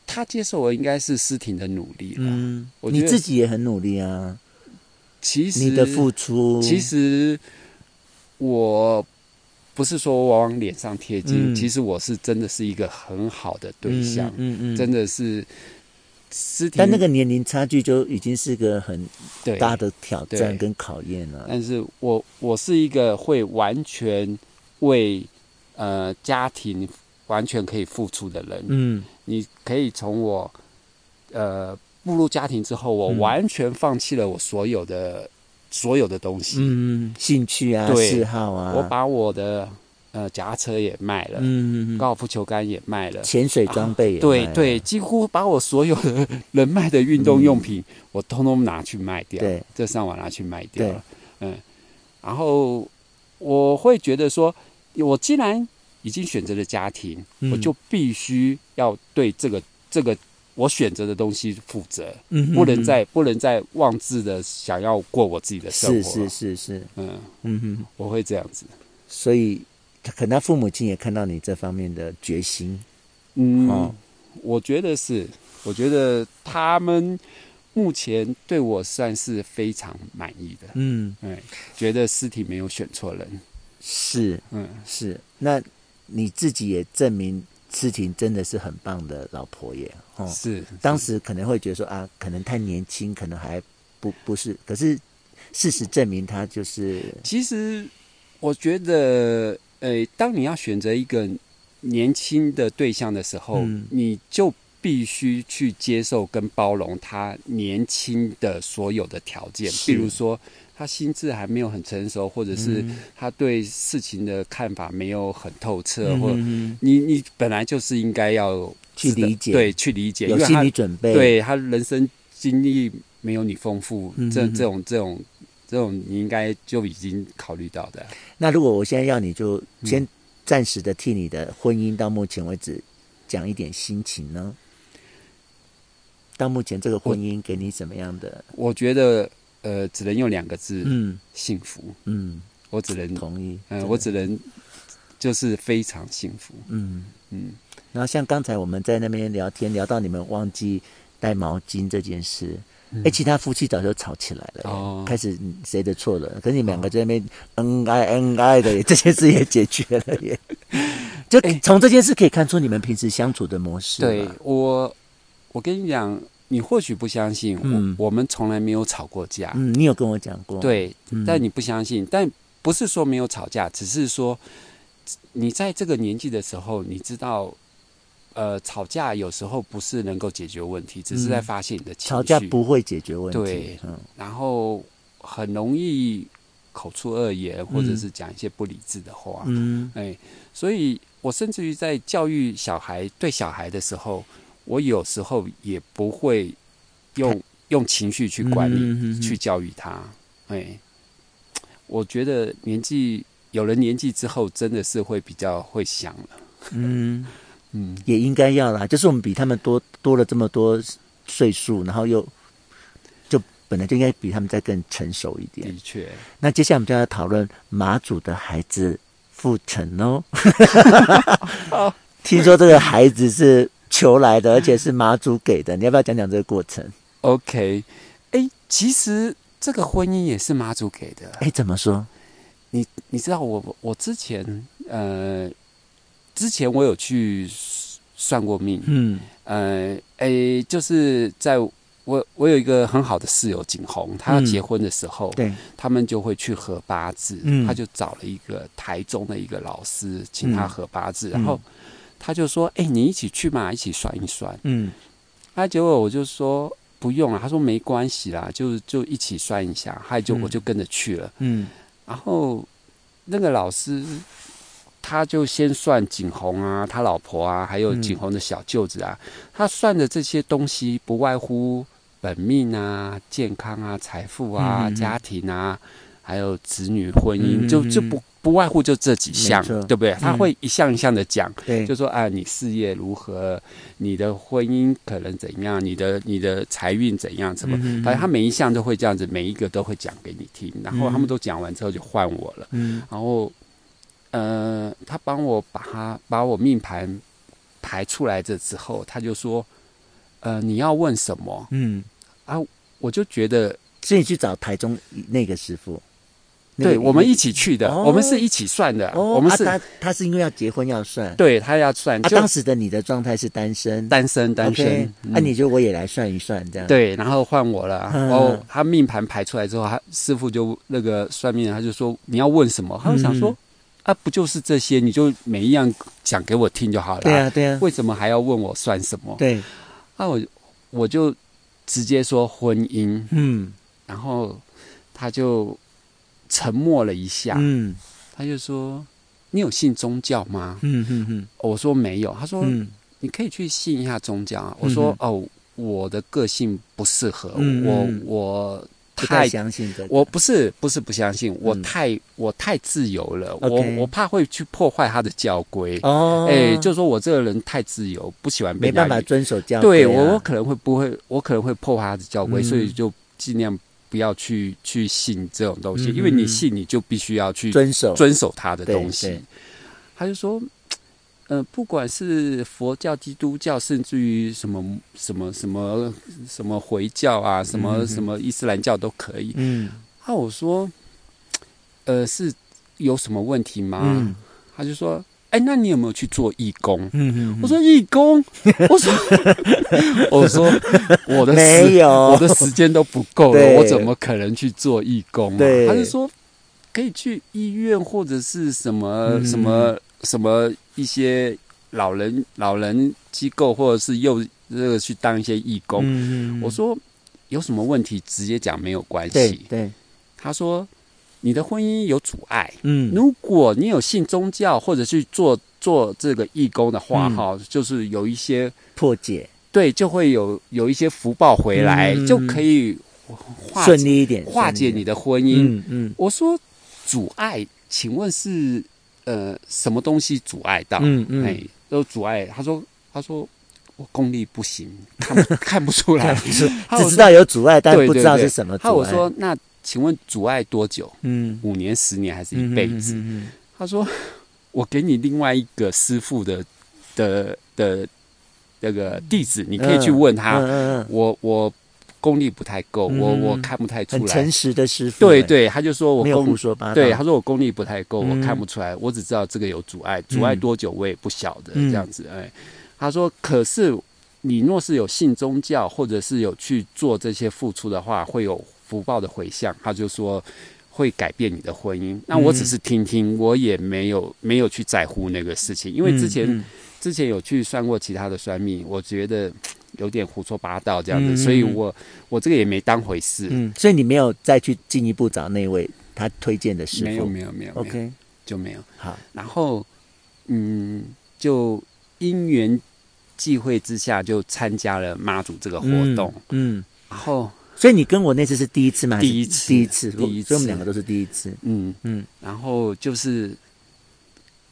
他接受我应该是思婷的努力了。
嗯，
我
你
觉得
自己也很努力啊，
其实
你的付出，
其实我不是说我往脸上贴金，
嗯
其实我是真的是一个很好的对象，
嗯嗯，嗯
真。的是。思婷，
但那个年龄差距就已经是个很
对
大的挑战
对
跟考验啊了。
但是我我是一个会完全为呃家庭完全可以付出的人。
嗯，
你可以从我呃步入家庭之后，我
嗯
完全放弃了我所有的、所有的东西，
嗯，兴趣啊，
对
嗜好啊，
我把我的呃脚踏车也卖
嗯
了，
嗯嗯
高尔夫球杆也卖了。
潜水装备也
对
卖了
对，几乎把我所有的人卖的运动用品，我通通拿去卖掉
嗯对，
这上网拿去卖掉了。嗯，然后我会觉得说，我既然已经选择了家庭，
嗯
我就必须要对这个这个我选择的东西负责，
嗯哼
不能再不能再妄自的想要过我自己的生
是
活。
是是是，
嗯，
嗯哼，
我会这样子。
所以可能他父母亲也看到你这方面的决心，
嗯，
哦
我觉得是，我觉得他们目前对我算是非常满意的。
嗯，
嗯，觉得尸体没有选错人。
是
嗯，
是，那你自己也证明诗婷真的是很棒的老婆耶，哦，
是
当时可能会觉得说啊，可能太年轻，可能还不不是，可是事实证明她就是
其实我觉得，呃，当你要选择一个年轻的对象的时候，
嗯
你就必须去接受跟包容他年轻的所有的条件，
是
比如说他心智还没有很成熟，或者是
嗯
他对事情的看法没有很透彻，
嗯
或
嗯
你你本来就是应该要
去
知道
理解
对，去理解，
有
因为
心
他
理准备，，
对他人生经历没有你丰富，
嗯嗯
这
嗯
这种这种这种你应该就已经考虑到的。啊
那如果我现在要你就
嗯
先暂时的替你的婚姻到目前为止讲一点心情呢？到目前这个婚姻给你怎么样的？
我觉得呃，只能用两个字、
嗯
幸福。
嗯，
我只能
同意。
嗯、
真的
我只能就是非常幸福。
嗯。
嗯，
然后像刚才我们在那边聊天，聊到你们忘记带毛巾这件事，哎、其他夫妻早就吵起来了，
嗯哦
开始谁的错了？可是你们两个在那边恩爱恩爱的， 这件事也解决了 耶。就从这件事可以看出你们平时相处的模式。
哎对，我我跟你讲，你或许不相信，
嗯
我我们从来没有吵过架。
嗯，你有跟我讲过。，
对，
嗯
但你不相信，但不是说没有吵架，只是说你在这个年纪的时候，你知道，呃，吵架有时候不是能够解决问题，只是在
嗯
发泄你的情绪，
吵架不会解决问题。
对
嗯
然后很容易口出恶言，或者
嗯
是讲一些不理智的话，
嗯
哎，所以我甚至于在教育小孩对小孩的时候，我有时候也不会用用情绪去管理、
嗯嗯嗯嗯
去教育他。哎，我觉得年纪有了年纪之后，真的是会比较会想了。
嗯，
嗯，
也应该要啦，就是我们比他们多多了这么多岁数，然后又就本来就应该比他们再更成熟一点
的。确，
那接下来我们就要讨论马祖的孩子傅成 哦。听说这个孩子是求来的，而且是马祖给的，你要不要讲讲这个过程？
OK，哎，其实这个婚姻也是妈祖给的。
哎，怎么说？
你你知道我我之前
嗯
呃，之前我有去算过命，
嗯
呃，诶，就是在我我有一个很好的室友景洪，他要
嗯
结婚的时候，
对，
他们就会去合八字，
嗯
他就找了一个台中的一个老师，请他
嗯
合八字，
嗯
然后他就说：“哎、你一起去嘛，一起算一算。
嗯”
啊，结果我就说。不用了，啊他说没关系啦，就就一起算一下，他就、
嗯
我就跟着去了。
嗯
然后那个老师他就先算景洪啊，他老婆啊，还有
嗯
景洪的小舅子啊，他算的这些东西不外乎本命啊、健康啊、财富啊、
嗯嗯嗯
家庭啊，还有子女婚姻，
嗯嗯
就
嗯
就不不外乎就这几项
没错，
对不对？他
嗯
会一项一项的讲。
对，
就说啊，你事业如何，你的婚姻可能怎样，你的你的财运怎样，怎么，
嗯
反正他每一项都会这样子，每一个都会讲给你听，然后他们都讲完之后就换我了，
嗯
然后呃，他帮我把他把我命盘排出来这之后，他就说，呃，你要问什么？
嗯，
我就觉得，
所以你去找台中那个师傅。那个
对我们一起去的，
哦
我们是一起算的，
哦，
我们
啊
是、
他他是因为要结婚要算，
对他要算，
啊，
就
当时的你的状态是单身，
单身单身
OK，
嗯
啊，你就我也来算一算这样，，
对，然后换我了。
嗯
哦，他命盘排出来之后，他师傅就那个算命，的他就说你要问什么？他就想说、
嗯
啊，不就是这些，你就每一样讲给我听就好了。
对啊，对啊，
为什么还要问我算什么？
对，
啊，我我就直接说婚姻，
嗯
然后他就沉默了一下，
嗯
他就说你有信宗教吗？
嗯嗯嗯
我说没有，他说、
嗯。
你可以去信一下宗教啊。
嗯
我说哦，我的个性不适合、
嗯
我
嗯，
我
不
太
太相信这个。
我不是不是不相信，我
嗯
太、我太自由了，我
OK
我怕会去破坏他的教规。
哦，
哎、就说我这个人太自由，不喜欢被
没办法
压抑
遵守教规
对
啊
我，我可能会不会，我可能会破坏他的教规，
嗯
所以就尽量不要去去信这种东西，
嗯
因为你
嗯
信，你就必须要去
遵守
遵守他的
对
东西
哦对。
他就说，呃，不管是佛教、基督教，甚至于什么什么什么什么回教啊，什么、
嗯嗯嗯
什么伊斯兰教都可以。
嗯
啊，我说，呃，是有什么问题吗？
嗯
他就说，哎、那你有没有去做义工？
嗯嗯
我说义工，我说 我说 我的
没
时我
有，
的时间都不够了，
对
我怎么可能去做义工、啊？
对
他就说可以去医院或者是什么、
嗯
什么什么一些老人老人机构或者是幼这个去当一些义工。
嗯嗯嗯
我说有什么问题直接讲没有关
对
系。
对，
他说你的婚姻有阻碍，
嗯
如果你有信宗教或者去做做这个义工的话，
嗯
哈、就是有一些
破解
对，就会有有一些福报回来，
嗯
就可以化
顺利一点，
化解
顺利
你
一点
的婚姻。
嗯嗯
我说阻碍，请问是呃什么东西阻碍到？
嗯
哎
嗯，，
都阻碍。他说，他说我功力不行，看 不看不出来。
只
他
只知道有阻碍，但不知道是什么阻
他
碍。
我说，那请问阻碍多久？
嗯，
五年、十年还是一辈
嗯，嗯
子？
嗯嗯
他说：“我给你另外一个师傅的的的那个地址，你可以去问他。
嗯嗯嗯，
我我功力不太够，
嗯
我我看不太出
很诚
来。
实的师傅，
对
哎，
对，他就说我
没有胡
功
说八道，
对，他说我功力不太够，
嗯
我看不出来，我只知道这个有阻碍，阻碍多久我也不晓得、
嗯
这样子。哎，他说可是你若是有信宗教，或者是有去做这些付出的话，会有福报的回向。他就说。”会改变你的婚姻。那我
嗯
只是听听，我也没有没有去在乎那个事情，因为之前、
嗯
之前有去算过其他的算命，我觉得有点胡说八道这样子，
嗯嗯
所以
嗯
我我这个也没当回事。
嗯，嗯所以你没有再去进一步找那位他推荐的师
没有
傅
没有没有没有
，OK，
就没有。
好，
然后嗯，就因缘际会之下，就参加了妈祖这个活动。
嗯，嗯。
然后
所以你跟我那次是第一次吗？还是
第一次
第一次，
第一次
所以我们两个都是第一次。
嗯
嗯
然后就是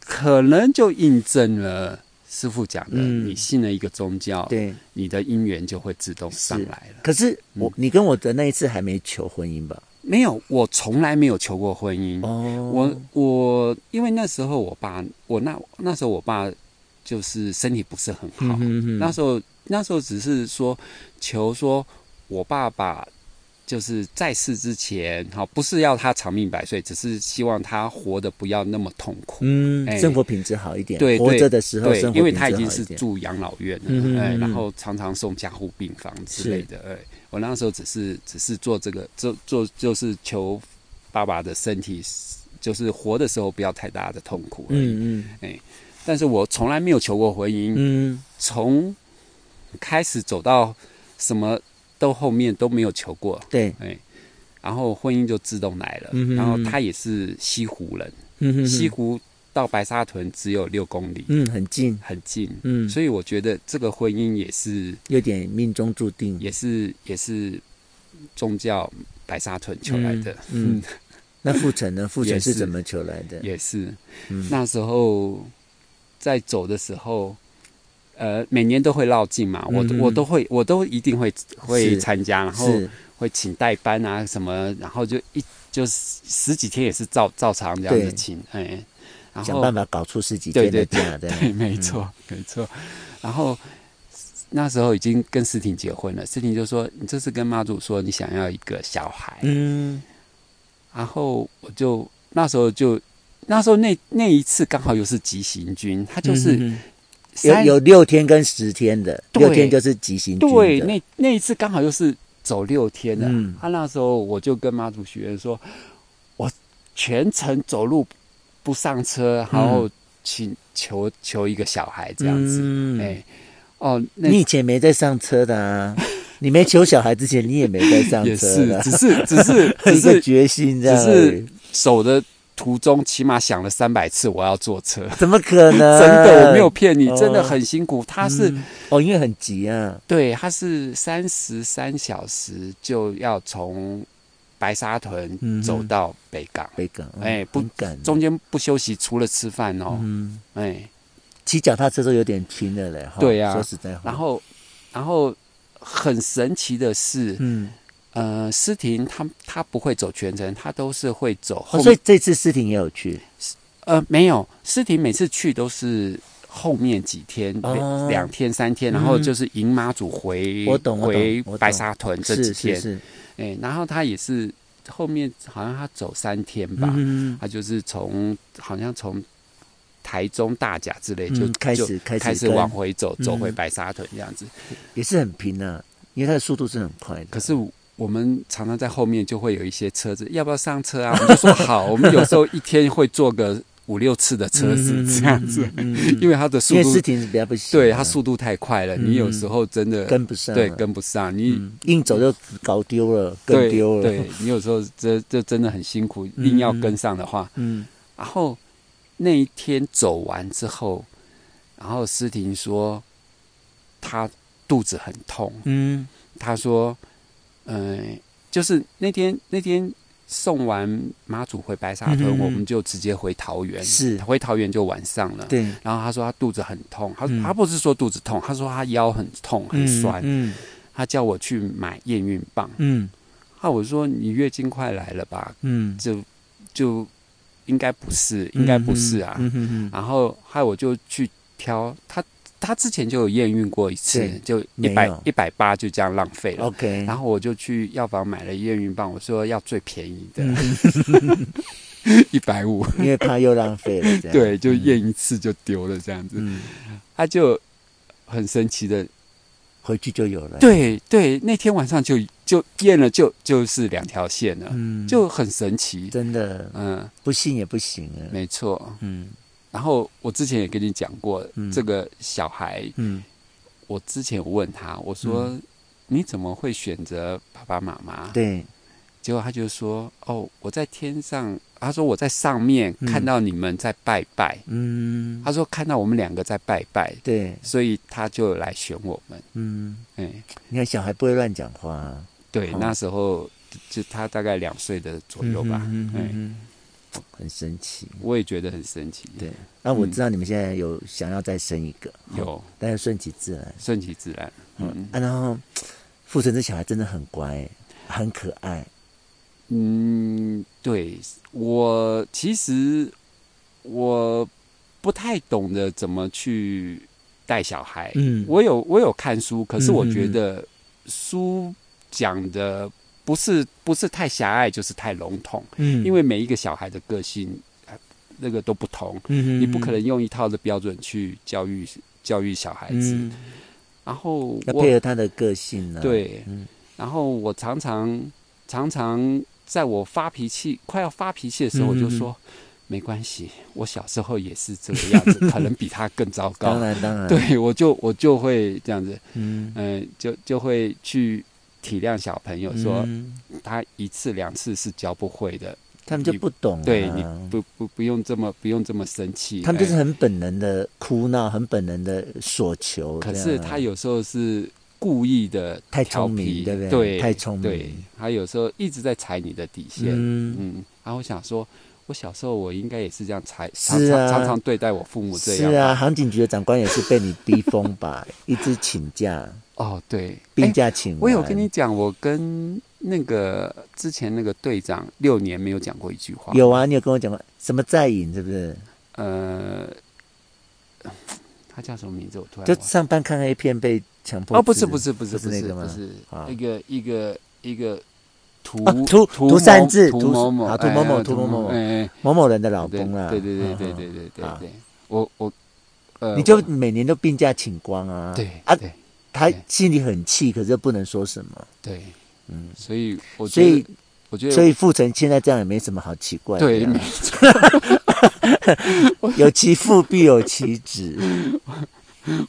可能就印证了师傅讲的，
嗯
你信了一个宗教，
对。
你的姻缘就会自动上来了。
可是我
嗯，
你跟我的那一次还没求婚姻吧？
没有，我从来没有求过婚姻。
哦，
我我因为那时候我爸，我那那时候我爸就是身体不是很好，
嗯
那时候那时候只是说求说我爸爸就是在世之前，哈，不是要他长命百岁，只是希望他活得不要那么痛苦。
嗯
哎，
生活品质好一点，
对
活
对
着的时候
对
生活，
因为
品
他
质
已经
好一
是
点
住养老院了，
嗯嗯
哎，
嗯
然
嗯
后常常送加护病房之类的。哎，我那时候只是只是做这个，做做就是求爸爸的身体，就是活的时候不要太大的痛苦而已。
嗯
但是我从来没有求过婚姻，
嗯嗯，
从开始走到什么都后面都没有求过，
对，
哎，然后婚姻就自动来了。
嗯哼
然后他也是西湖人，
嗯哼
西
哼，
湖到白沙屯只有六公里，
嗯，很近，
很近。
嗯，
所以我觉得这个婚姻也是
有点命中注定。
也是也是宗教白沙屯求来的，
嗯，嗯，那傅成呢？傅成
也
是
是
怎么求来的？
也是
嗯
那时候在走的时候。呃，每年都会绕境嘛，我
嗯
我都会，我都一定会会
是
参加，然后
是，
会请代班啊什么，然后就一就是十几天也是照照常这样
对
子请，哎，然
想
后
办法搞出十几天的
对对
假，这样
对，没错，没错。然后那时候已经跟思婷结婚了，思婷就说：“你这次跟妈祖说你想要一个小孩。
嗯，
然后我就那时候就那时候那那一次刚好又是急行军，他就是
嗯嗯嗯
三、
有有六天跟十天的，
对
六天就是急行军的
对那那一次刚好又是走六天的。
嗯
他、那时候我就跟妈祖许愿说，我全程走路不上车，然后请求求一个小孩这样子。
嗯
哎、哦，那
你以前没在上车的 啊，你没求小孩之前，你也没在上
也
车
是
的，，啊
只是只 是只
一个
是
决心这样
只
而已
是，走的途中，起码想了三百次我要坐车。
怎么可能？
真的，我没有骗你，
哦
真的很辛苦。他是、
哎嗯哦，因为很急啊，
对，他是三十三小时就要从白沙屯
嗯
走到北港，
北港，嗯
哎不
很赶，
中间不休息，除了吃饭哦，
嗯，
哎，
骑脚踏车都有点拼了嘞，哈
对呀
说实在话，
然后，然后很神奇的是，
嗯，
呃，诗婷她她不会走全程，她都是会走后
哦
面。
所以这次诗婷也有去，
呃，没有，诗婷每次去都是后面几天，
哦
两、天三天，然后就是迎妈祖回，
嗯我懂我懂
回
我懂
白沙屯这几
是是
天，
是，
哎、然后她也是后面好像她走三天吧，
嗯，
她就是从好像从台中大甲之类就、
嗯开
就
始开始
开始
跟
往回走，走回
嗯
白沙屯这样子。
也是很拼啊，因为它的速度是很快的，
可是我们常常在后面就会有一些车子，要不要上车啊？我们就说好，我们有时候一天会坐个五六次的车
嗯
子这样子，因为它的速
因为诗
度，
婷是比较不行啊，
对它速度太快了，你有时候真的
跟不上了，
对跟不上，你
嗯硬走就搞丢了，更
对
丢了，
对，你有时候这这真的很辛苦，
嗯
硬要跟上的话，
嗯，
然后那一天走完之后，然后诗婷说她肚子很痛，
嗯
他说，呃，就是那天那天送完妈祖回白沙屯，
嗯嗯嗯
我们就直接回桃园，
是
回桃园就晚上了。
对，
然后他说他肚子很痛，他、
嗯
他不是说肚子痛，他说他腰很痛很酸，
嗯
他叫我去买验孕棒。
嗯
啊，我说你月经快来了吧？
嗯，
就就应该不是，应该不是啊。
嗯嗯嗯，
然后害我就去挑他，他之前就有验孕过一次
对，
就一
没
百
有
一百八就这样浪费了。
OK，
啊然后我就去药房买了验孕棒，我说要最便宜的，
嗯
一百五，
因为怕又浪费了，这样，
对，就验一次就丢了这样子。
嗯，
他就很神奇的，
回去就有了，，
对对，那天晚上就就验了就，就是两条线了，
嗯，
就很神奇。
真的
嗯，
不信也不行啊，
没错。
嗯
然后我之前也跟你讲过，
嗯
这个小孩，
嗯
我之前有问他，我说、你怎么会选择爸爸妈妈？
对，
结果他就说：“哦，我在天上，他说我在上面
嗯
看到你们在拜拜，
嗯，
他说看到我们两个在拜拜，
对，
所以他就来选我们。
嗯，
哎，
你看小孩不会乱讲话啊，
对，
哦
那时候就他大概两岁的左右吧，
嗯嗯
哎，
嗯嗯很神奇，
我也觉得很神奇。
对那我
嗯
知道你们现在有想要再生一个，哦，
有
但是顺其自然，
顺其自然，嗯
嗯，啊，然后傅成这小孩真的很乖，很可爱，
嗯，对我其实我不太懂得怎么去带小孩，
嗯
哎我有我有看书，可是
嗯
我
嗯
觉
嗯
得书讲的不是不是太狭隘，就是太笼统，
嗯
因为每一个小孩的个性呃那个都不同，
嗯
你不可能用一套的标准去教育教育小孩子。
嗯，
然后
要配
我
合他的个性呢、，
对，
嗯
然后我常常常常在我发脾气快要发脾气的时候，
嗯
我
嗯
就
嗯
说。没关系，我小时候也是这个样子， 可能比他更糟
当
糕。
然当然，，
对，我就我就会这样子，
嗯，
嗯，就就会去体谅小朋友，说
嗯
他一次两次是教不会的，
他们就不懂、啊，
对你不不不用这么不用这么生气。
他们就是
哎
很本能的哭闹，很本能的所求。
可
这
是
样啊
他有时候是故意的
太
调
聪明，
皮，
对不对？
对，
太聪
对
明，
他有时候一直在踩你的底线。嗯
嗯，
然后我想说，我小时候我应该也是这样踩，常
是
常
啊
常常对待我父母这
是
样。
啊，航警局的长官也是被你逼疯 吧？一直请假，
哦，对，
病
哎
假请完、
我有跟你讲，我跟那个之前那个队长六年没有讲过一句话。
有啊，你有跟我讲过什么在瘾是不是？
呃，他叫什么名字？我突然
就
忘了
上班看 A 片被强迫
哎哦，不
吃
是不是不是
不是
是
那个吗
不是
啊
一个一个一个图
哦涂
图
涂
某
善治
图
涂
某某
啊涂某某
哎
涂某某
哎，哎
某某人的老
对
公啦，
对对对
嗯
对
嗯
对对对
啊
对，我我呃，
你就
我
每年都病假请光啊，
对
啊，
对
他
对
心里很气，可是又不能说什么，
对，
嗯，
所以我
所
觉
以
得我觉得
所以傅成现在这样也没什么好奇怪的
对
啊，
没错，
有其父必有其
嗯
子，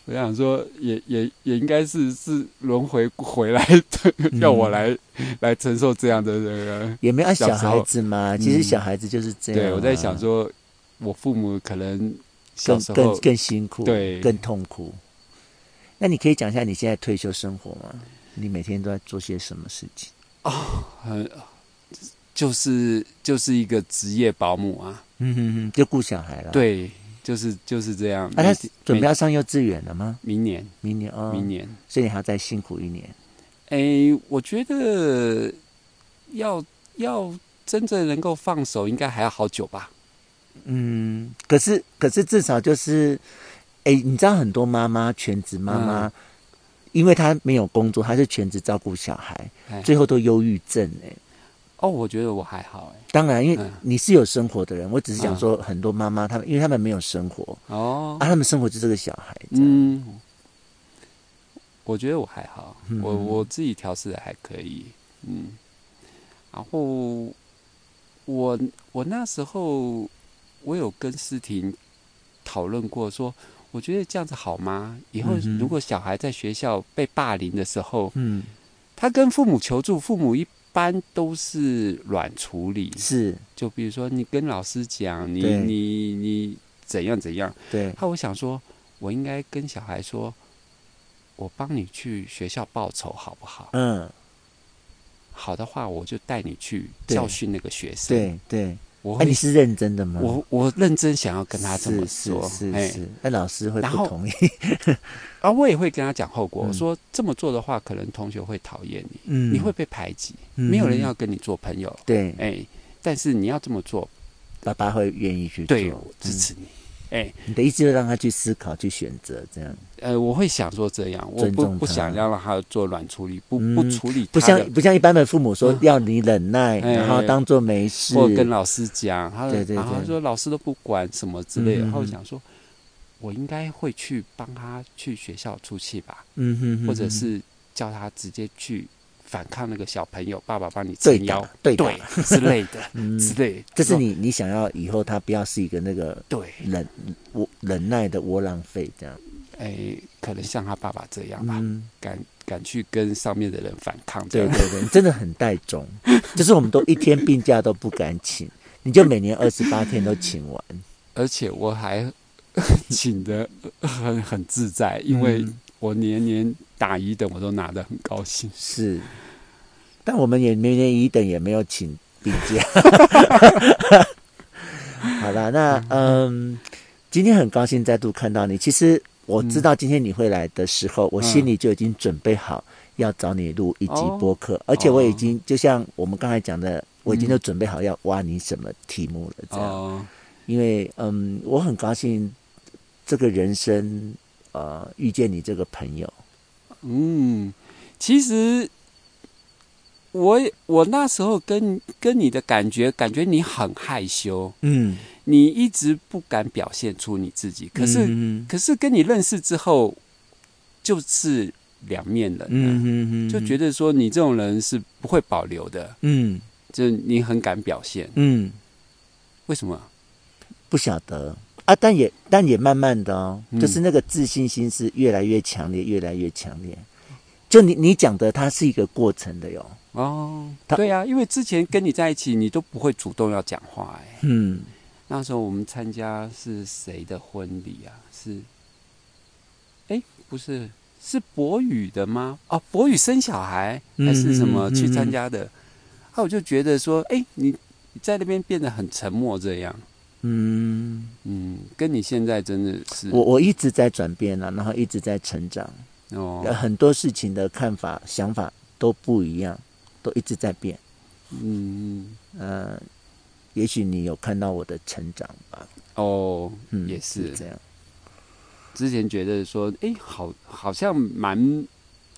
我想说也也也应该是是轮回回来
嗯
要我来来承受这样的这个。
也没有啊
小时
小
候
孩子嘛，其实小孩子就是这样啊，
对，我在想说，我父母可能小
更
时
更
候
更辛苦，
对
更痛苦。那你可以讲一下你现在退休生活吗？你每天都在做些什么事情？
很就是就是一个职业保姆啊，
嗯哼哼，就顾小孩了。，
对，就是就是这样。
啊，
每
他
天
准备
每
要上幼稚园了吗？
明年，
明年哦，
明，年，
所以你还要再辛苦一年。
哎，我觉得要要真正能够放手，应该还要好久吧。
嗯，可是可是至少就是，哎，你知道很多妈妈全职妈妈，
嗯
因为她没有工作，她是全职照顾小孩，
哎，
最后都忧郁症哎。
哦，我觉得我还好，哎，
当然，因为
嗯
你是有生活的人，我只是想说，很多妈妈她们，因为她们没有生活，
哦
啊，，他们生活就是个小孩子。
嗯，我觉得我还好，
嗯
我我自己调试的还可以，嗯，然后我我那时候我有跟思婷讨论过说。我觉得这样子好吗？以后
嗯哼
如果小孩在学校被霸凌的时候，
嗯，
他跟父母求助，父母一般都是软处理，
是
就比如说你跟老师讲，你
对
你你怎样怎样。
对，
那我想说，我应该跟小孩说，我帮你去学校报仇好不好？
嗯，
好的话，我就带你去
对
教训那个学生。，
对对。
我
哎，
会，
你是认真的吗？
我我认真想要跟他这么
是
说，
是
哎
是是，那老师会
然
不
后
同意。
啊，我也会跟他讲后果，
嗯
我说这么做的话，可能同学会讨厌你，
嗯
你会被排挤，
嗯
没有人要跟你做朋友。
对，
哎，但是你要这么做，
爸爸会愿意去做。嗯
对我支持你。哎，
嗯。你的意思就是让他去思考、去选择，这样
呃，我会想说这样，我
尊
不
重
不
他
想要让他做软处理，不不
嗯
处理
不
他
像
的，
不像一般的父母说
嗯
要你忍耐，
哎
然后当做没事。
或跟老师讲，他
对对
然后他
对
说老师都不管什么之类
嗯
的，
嗯
然后我
嗯
想说，我应该会去帮他去学校出气吧，
嗯哼哼哼，
或者是叫他直接去反抗那个小朋友，爸爸帮你
对
撑腰
打，对打，
对之类的
嗯，
之类的，
这是
说
你你想要以后他不要是一个那个
对，
忍窝忍耐的窝囊废这样。
哎，可能像他爸爸这样吧，
嗯，
敢敢去跟上面的人反抗，这
对
样，
对对，真的很带种，就是我们都一天病假都不敢请，你就每年二十八天都请完。
而且我还请的 很很自在，因为
嗯
我年年打一等我都拿得很高兴。
是，但我们也明年一等也没有请病假。 好了，那嗯，今天很高兴再度看到你。其实我知道今天你会来的时候，
嗯
我心里就已经准备好要找你录一集
哦
播客，而且我已
哦
经就像我们刚才讲的，我已经
嗯
就准备好要挖你什么题目了，这样。
哦，
因为嗯，我很高兴这个人生呃遇见你这个朋友，
嗯，其实我也我那时候跟跟你的感觉，感觉你很害羞，
嗯，
你一直不敢表现出你自己。可是、
嗯
可是跟你认识之后，就是两面人、
嗯
嗯，
嗯
就觉
得
得说你这种人是不会保留的，
嗯
就是你很敢表现。
嗯
为什么？
不晓得啊，但也但也慢慢的哦，
嗯
就是那个自信心是越来越强烈，越来越强烈。就你你讲的，它是一个过程的哟。
哦，
他
对啊，因为之前跟你在一起，你都不会主动要讲话、哎。
嗯，
那时候我们参加是谁的婚礼啊？是，哎，不是，是博宇的吗？哦，博宇生小孩
嗯
还是什
嗯
么
嗯
去参加的？啊，我就觉得说，哎，你你在那边变得很沉默这样，
嗯，
嗯，跟你现在真的是
我我一直在转变啊，然后一直在成长，呃
哦，
很多事情的看法、想法都不一样，都一直在变。
嗯，
呃，也许你有看到我的成长吧，
哦，
嗯，
也是
这样，
之前觉得说，哎，好，好像蛮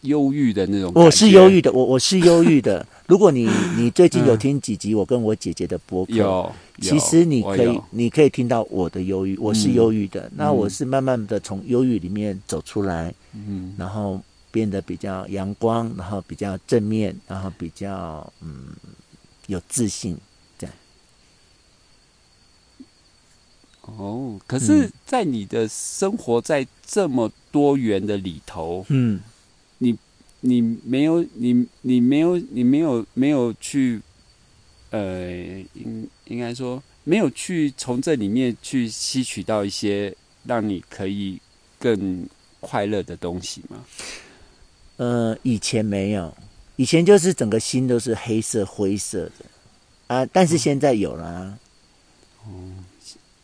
忧郁的那种，
我哦是忧郁，的，我我是忧郁的。如果你你最近有听几集我跟我姐姐的播客，
有，
其实你
有我
可以
有，
你可以听到我的忧郁，我是
嗯
忧郁的。那
嗯
我是慢慢的从忧郁里面走出来，
嗯，
然后变得比较阳光，然后比较正面，然后比较嗯有自信。
哦，可是
嗯，
在你的生活在这么多元的里头，
嗯，
你没有，你你没有，你没有没有去，呃，应应该说没有去从这里面去吸取到一些让你可以更快乐的东西吗？
呃，以前没有，以前就是整个心都是黑色、灰色的。啊，但是现在有了、啊。
哦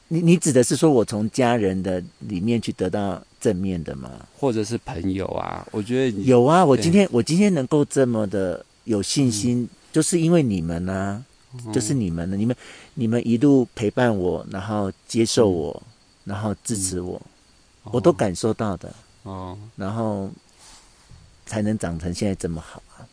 你你指的是说我从家人的里面去得到正面的吗？
或者是朋友啊，我觉得你
有啊，我
对嗯
今天我今天能够这么的有信心，就是因为你们呢、就是你们呢，你们你们一路陪伴我，然后接受我，
嗯
然后支持我，我都感受到的，
哦，
然后才能长成现在这么好啊。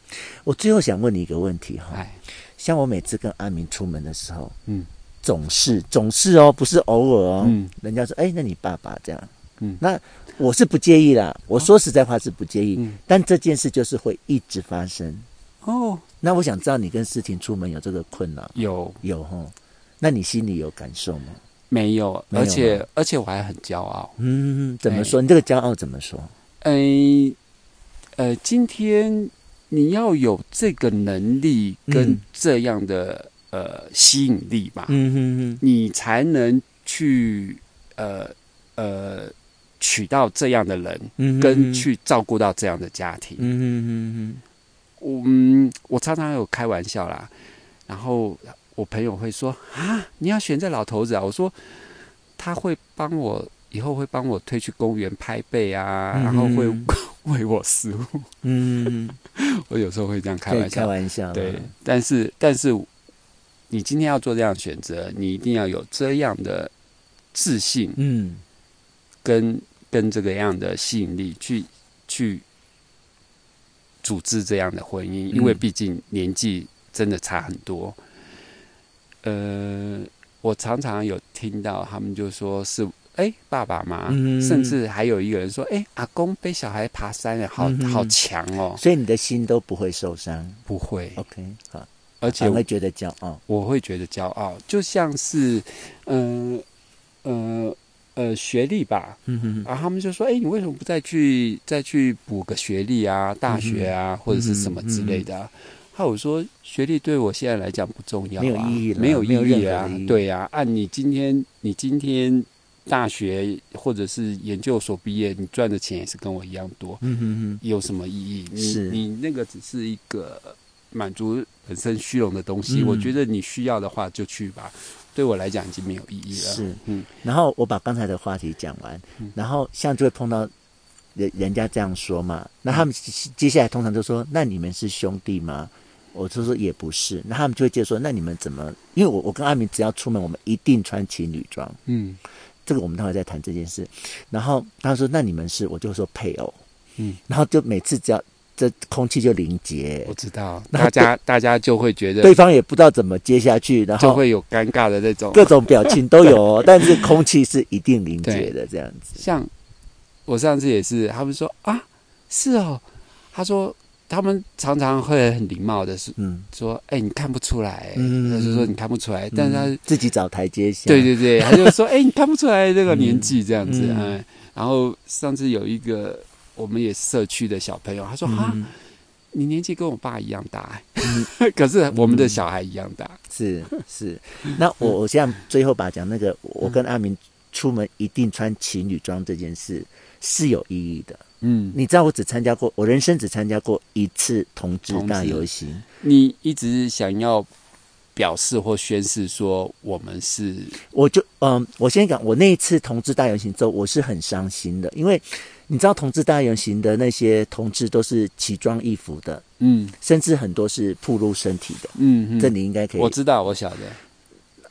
我最后想问你一个问题哈，
哎，
像我每次跟阿明出门的时候，
嗯，
总是总是哦，不是偶尔哦，
嗯
人家说哎，那你爸爸这样，
嗯
那我是不介意啦，我说实在话是不介意，
嗯
但这件事就是会一直发生。
哦，
那我想知道你跟思婷出门有这个困扰
有
有吼？那你心里有感受吗？
没有？
没有
而
吗
且而且我还很骄傲。
嗯，怎么说？你这个骄傲怎么说？
诶，呃，今天你要有这个能力跟
嗯
这样的、呃吸引力吧，
嗯哼
你才能去呃呃娶到这样的人，
嗯
跟去照顾到这样的家庭。
嗯哼
我嗯，我常常有开玩笑啦，然后我朋友会说啊，你要选这老头子啊？我说他会帮我，以后会帮我推去公园拍背啊，
嗯
然后会
嗯
喂我食物。
嗯哼，
我有时候会这样开
可以
玩
开
笑，
玩笑啦，
对。但是，但是你今天要做这样的选择，你一定要有这样的自信
嗯
跟跟这个样的吸引力去去组织这样的婚姻，
嗯
因为毕竟年纪真的差很多。呃，我常常有听到他们就说是哎、爸爸妈，
嗯
甚至还有一个人说哎、阿公背小孩爬山了，好
嗯哼
好强哦，
所以你的心都不会受伤
不会，
，OK，好，
而且
反而觉得骄傲，
我会觉得骄傲，就像是嗯呃呃学历吧，
嗯哼哼
然后他们就说：“哎，你为什么不再去再去补个学历啊，大学
嗯
啊，或者是什么之类的、啊？”还有说学历对我现在来讲不重要、啊，
没有意义了
没有
没有任
意
何
义
的
啊
意义，
对啊，按、你今天你今天大学或者是研究所毕业，你赚的钱也是跟我一样多，
嗯哼
有什么意义？你
是
你那个只是一个满足本身虚荣的东西，
嗯
我觉得你需要的话就去吧，对我来讲已经没有意
哼，
义了。
是。
嗯，
然后我把刚才的话题讲完，
嗯
然后像就会碰到人人家这样说嘛，那他们接接下来通常就说：“那你们是兄弟吗？”我就说也不是，那他们就会接着说：“那你们怎么？”因为我我跟阿明只要出门，我们一定穿情侣装，
嗯
这个我们待会再谈这件事。然后他说：“那你们是？”我就说配偶，
嗯，哦
然后就每次只要这空气就凝结
我，知道，
然后
大家大家就会觉得
对方也不知道怎么接下去，然
就
后
会有尴尬的那种。
各种表情都有 哦，但是空气是一定凝结的这样子。
像我上次也是，他们说啊，是哦，他说他们常常会很礼貌的是
嗯。
说，哎、你看不出来、欸，
嗯
他就说你看不出来，但是他、
嗯自己找台阶下。
对对 对，他就说，哎、你看不出来这个年纪这样子，
嗯
哎、然后上次有一个我们也是社区的小朋友，他说啊，
嗯，
你年纪跟我爸一样大、欸， 可是我们的小孩一样大，
是是。那我我现在最后把讲那个，我跟阿明出门一定穿情侣装这件事是有意义的。
嗯，
你知道我只参加过，我人生只参加过一次同志
同志
大游行，
你一直想要表示或宣示说我们是
我就嗯，我先讲，我那一次同志大游行之后，我是很伤心的，因为你知道同志大游行的那些同志都是奇装异服的，
嗯
甚至很多是暴露身体的，
嗯，嗯
这你应该可以
我知道，我晓得，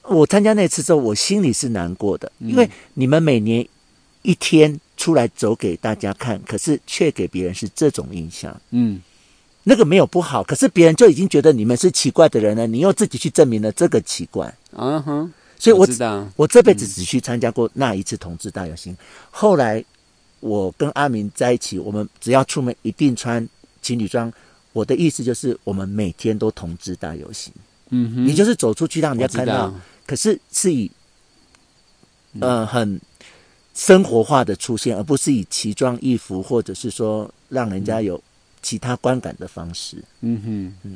我参加那次之后，我心里是难过的，
嗯
因为你们每年一天出来走给大家看，可是却给别人是这种印象。
嗯
那个没有不好，可是别人就已经觉得你们是奇怪的人了，你又自己去证明了这个奇怪。
啊哈，
所以我
我知道，
我这辈子只去参加过那一次同志大游行。后来我跟阿明在一起，我们只要出门一定穿情侣装。我的意思就是，我们每天都同志大游行，
嗯哼，
你就是走出去让人家
我知
看到
道，，
可是是以呃很生活化的出现，而不是以奇装异服或者是说让人家有其他观感的方式。
嗯哼，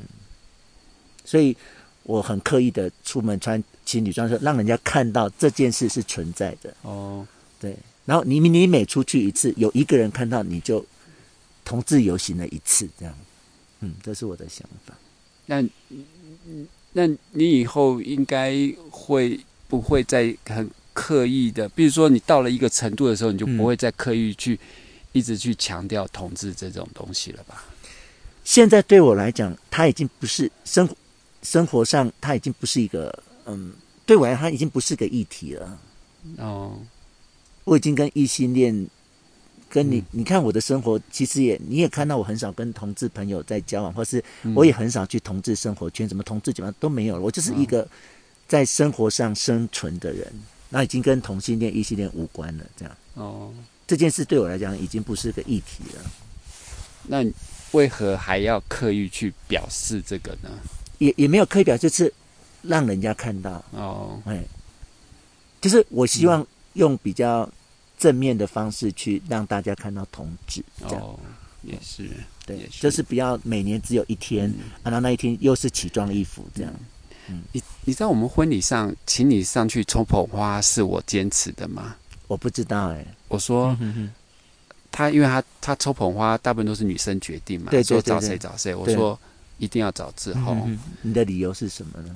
所以我很刻意的出门穿情侣装，说让人家看到这件事是存在的。
哦，
对，然后你你每出去一次，有一个人看到你就同志游行了一次，这样。嗯，这是我的想法。
那那你以后应该会不会再很刻意的？比如说你到了一个程度的时候，你就不会再刻意去、一直去强调统治这种东西了吧？
现在对我来讲，它已经不是生活生活上，它已经不是一个嗯，对我来讲，它已经不是个议题了。
哦，
我已经跟异性恋，跟你、你看我的生活，其实也你也看到我很少跟同志朋友在交往，或是我也很少去同志生活圈，什么同志酒吧都没有了。我就是一个在生活上生存的人，那已经跟同性恋、异性恋无关了。这样
哦，
这件事对我来讲已经不是个议题了。
那你为何还要刻意去表示这个呢？
也也没有刻意表，就是让人家看到，
哦，
哎，就是我希望用比较正面的方式去让大家看到同志，这样、
哦，也是，
对
也，是嗯
就是不要每年只有一天，啊，然后那一天又是奇装异服这样，
你你知道我们婚礼上请你上去抽捧花是我坚持的吗？
我不知道哎、
我说，他因为他他抽捧花大部分都是女生决定嘛，
对对
说
对
找
对
谁找谁，我
对
说一定要找志宏，
嗯你的理由是什么呢？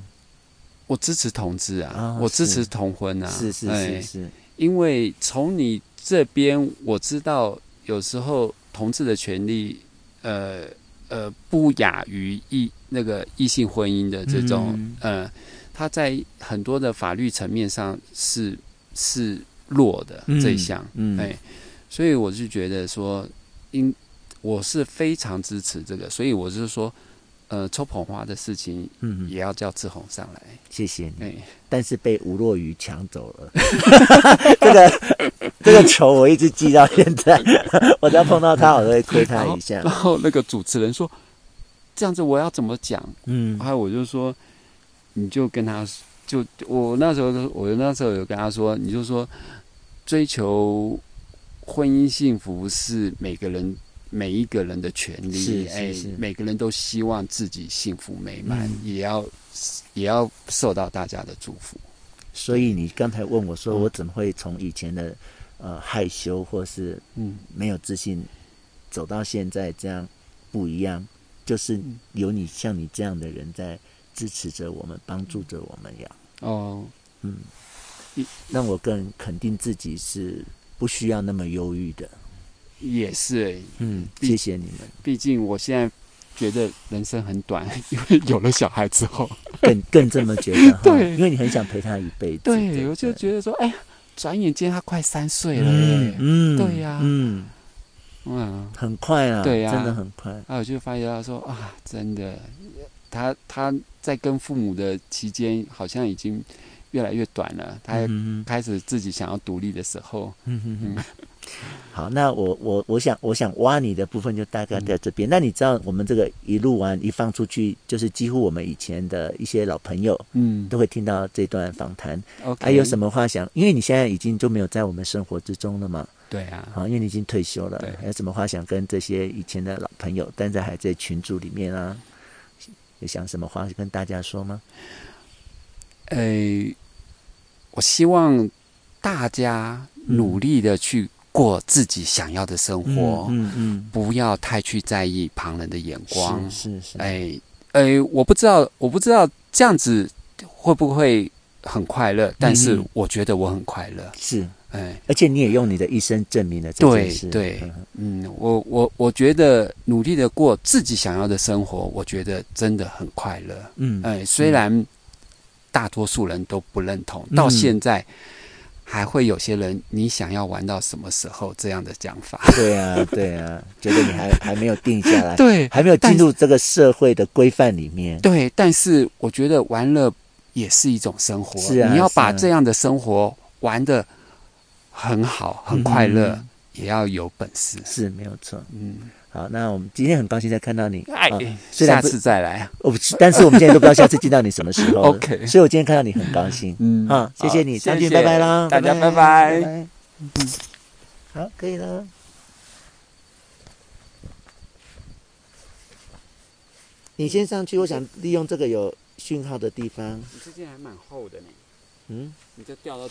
我支持同志啊
啊，
我支持
是
同婚啊，
是是是
哎
是，
因为从你这边我知道，有时候同志的权利，呃呃，不亚于异那个异性婚姻的这种，
嗯
呃，他在很多的法律层面上是是弱的
嗯
这一项，
嗯
哎，所以我就觉得说，因我是非常支持这个，所以我是说，呃，抽捧花的事情
嗯，
也要叫志宏上来，
谢谢你，
哎，
但是被吴若愚抢走了， 这个这个仇我一直记到现在， 我只要碰到他，我都会亏他一下
然，后那个主持人说，这样子我要怎么讲？
嗯
然后我就说，你就跟他就我那时候我那时候有跟他说，你就说追求婚姻幸福是每个人每一个人的权利，
是是
哎
是，
每个人都希望自己幸福美满，
嗯
也要也要受到大家的祝福。
所以你刚才问我
嗯
说，我怎么会从以前的呃害羞或是
嗯，
没有自信，走到现在这样不一样，就是有你像你这样的人在支持着我们，帮助着我们呀，
哦，嗯
让我更肯定自己是不需要那么忧郁的。
也是、哎
嗯，谢谢你们，
毕竟我现在觉得人生很短， 因为有了小孩之后。
更更这么觉 得哈，
对
因为你很想陪他一辈子。
对，我就
对
觉得说，哎呀，转眼间他快三岁了
嗯
耶，
嗯，
对呀
嗯，
嗯，
很快啊，
对呀
真的很快，
啊，我就发觉到说啊，真的，他他在跟父母的期间好像已经越来越短了，他
嗯
开始自己想要独立的时候，
嗯嗯嗯， 好，那我我我想我想挖你的部分就大概在这边。那你知道我们这个一录完一放出去，就是几乎我们以前的一些老朋友
嗯
都会听到这段访谈。
，OK，
还、有什
么？
么话想？因为你现在已经就没有在我们生活之中了嘛，
对啊，
好，因为你已经退休了
对。
还有什么话想跟这些以前的老朋友，但在还在群组里面啊？有想什么话跟大家说吗？
哎，我希望大家努力的去过自己想要的生活，
嗯嗯，
不要太去在意旁人的眼光，
是是是，
哎哎，我不知道，我不知道这样子会不会很快乐，但是
嗯哼
我觉得我很快乐。
是，
哎，
而且你也用你的一生证明了这件
对
事。
对
嗯，
嗯，我我我觉得努力的过自己想要的生活，我觉得真的很快乐。
嗯，
哎，虽然大多数人都不认同，
嗯
到现在还会有些人，你想要玩到什么时候这样的讲法？
对啊，对啊，觉得你还还没有定下来，
对
还没有进入这个社会的规范里面。
对，但是我觉得玩乐也是一种生活，
是啊
你要把
是啊
这样的生活玩的很好、很快乐，
嗯
也要有本事。
是没有错。
嗯，
好，那我们今天很高兴再看到你。
哎
啊，虽
下
然不
次再来。
我不，但是我们现在都不知道下次见到你什么时候了。
OK
所以我今天看到你很高兴。
嗯
好，谢谢
好
你，
谢
张俊，
谢
拜拜啦，
大家拜拜
拜拜。好，可以了。你先上去，我想利用这个有讯号的地方。
你这件还蛮厚的呢，
嗯。
你这掉到地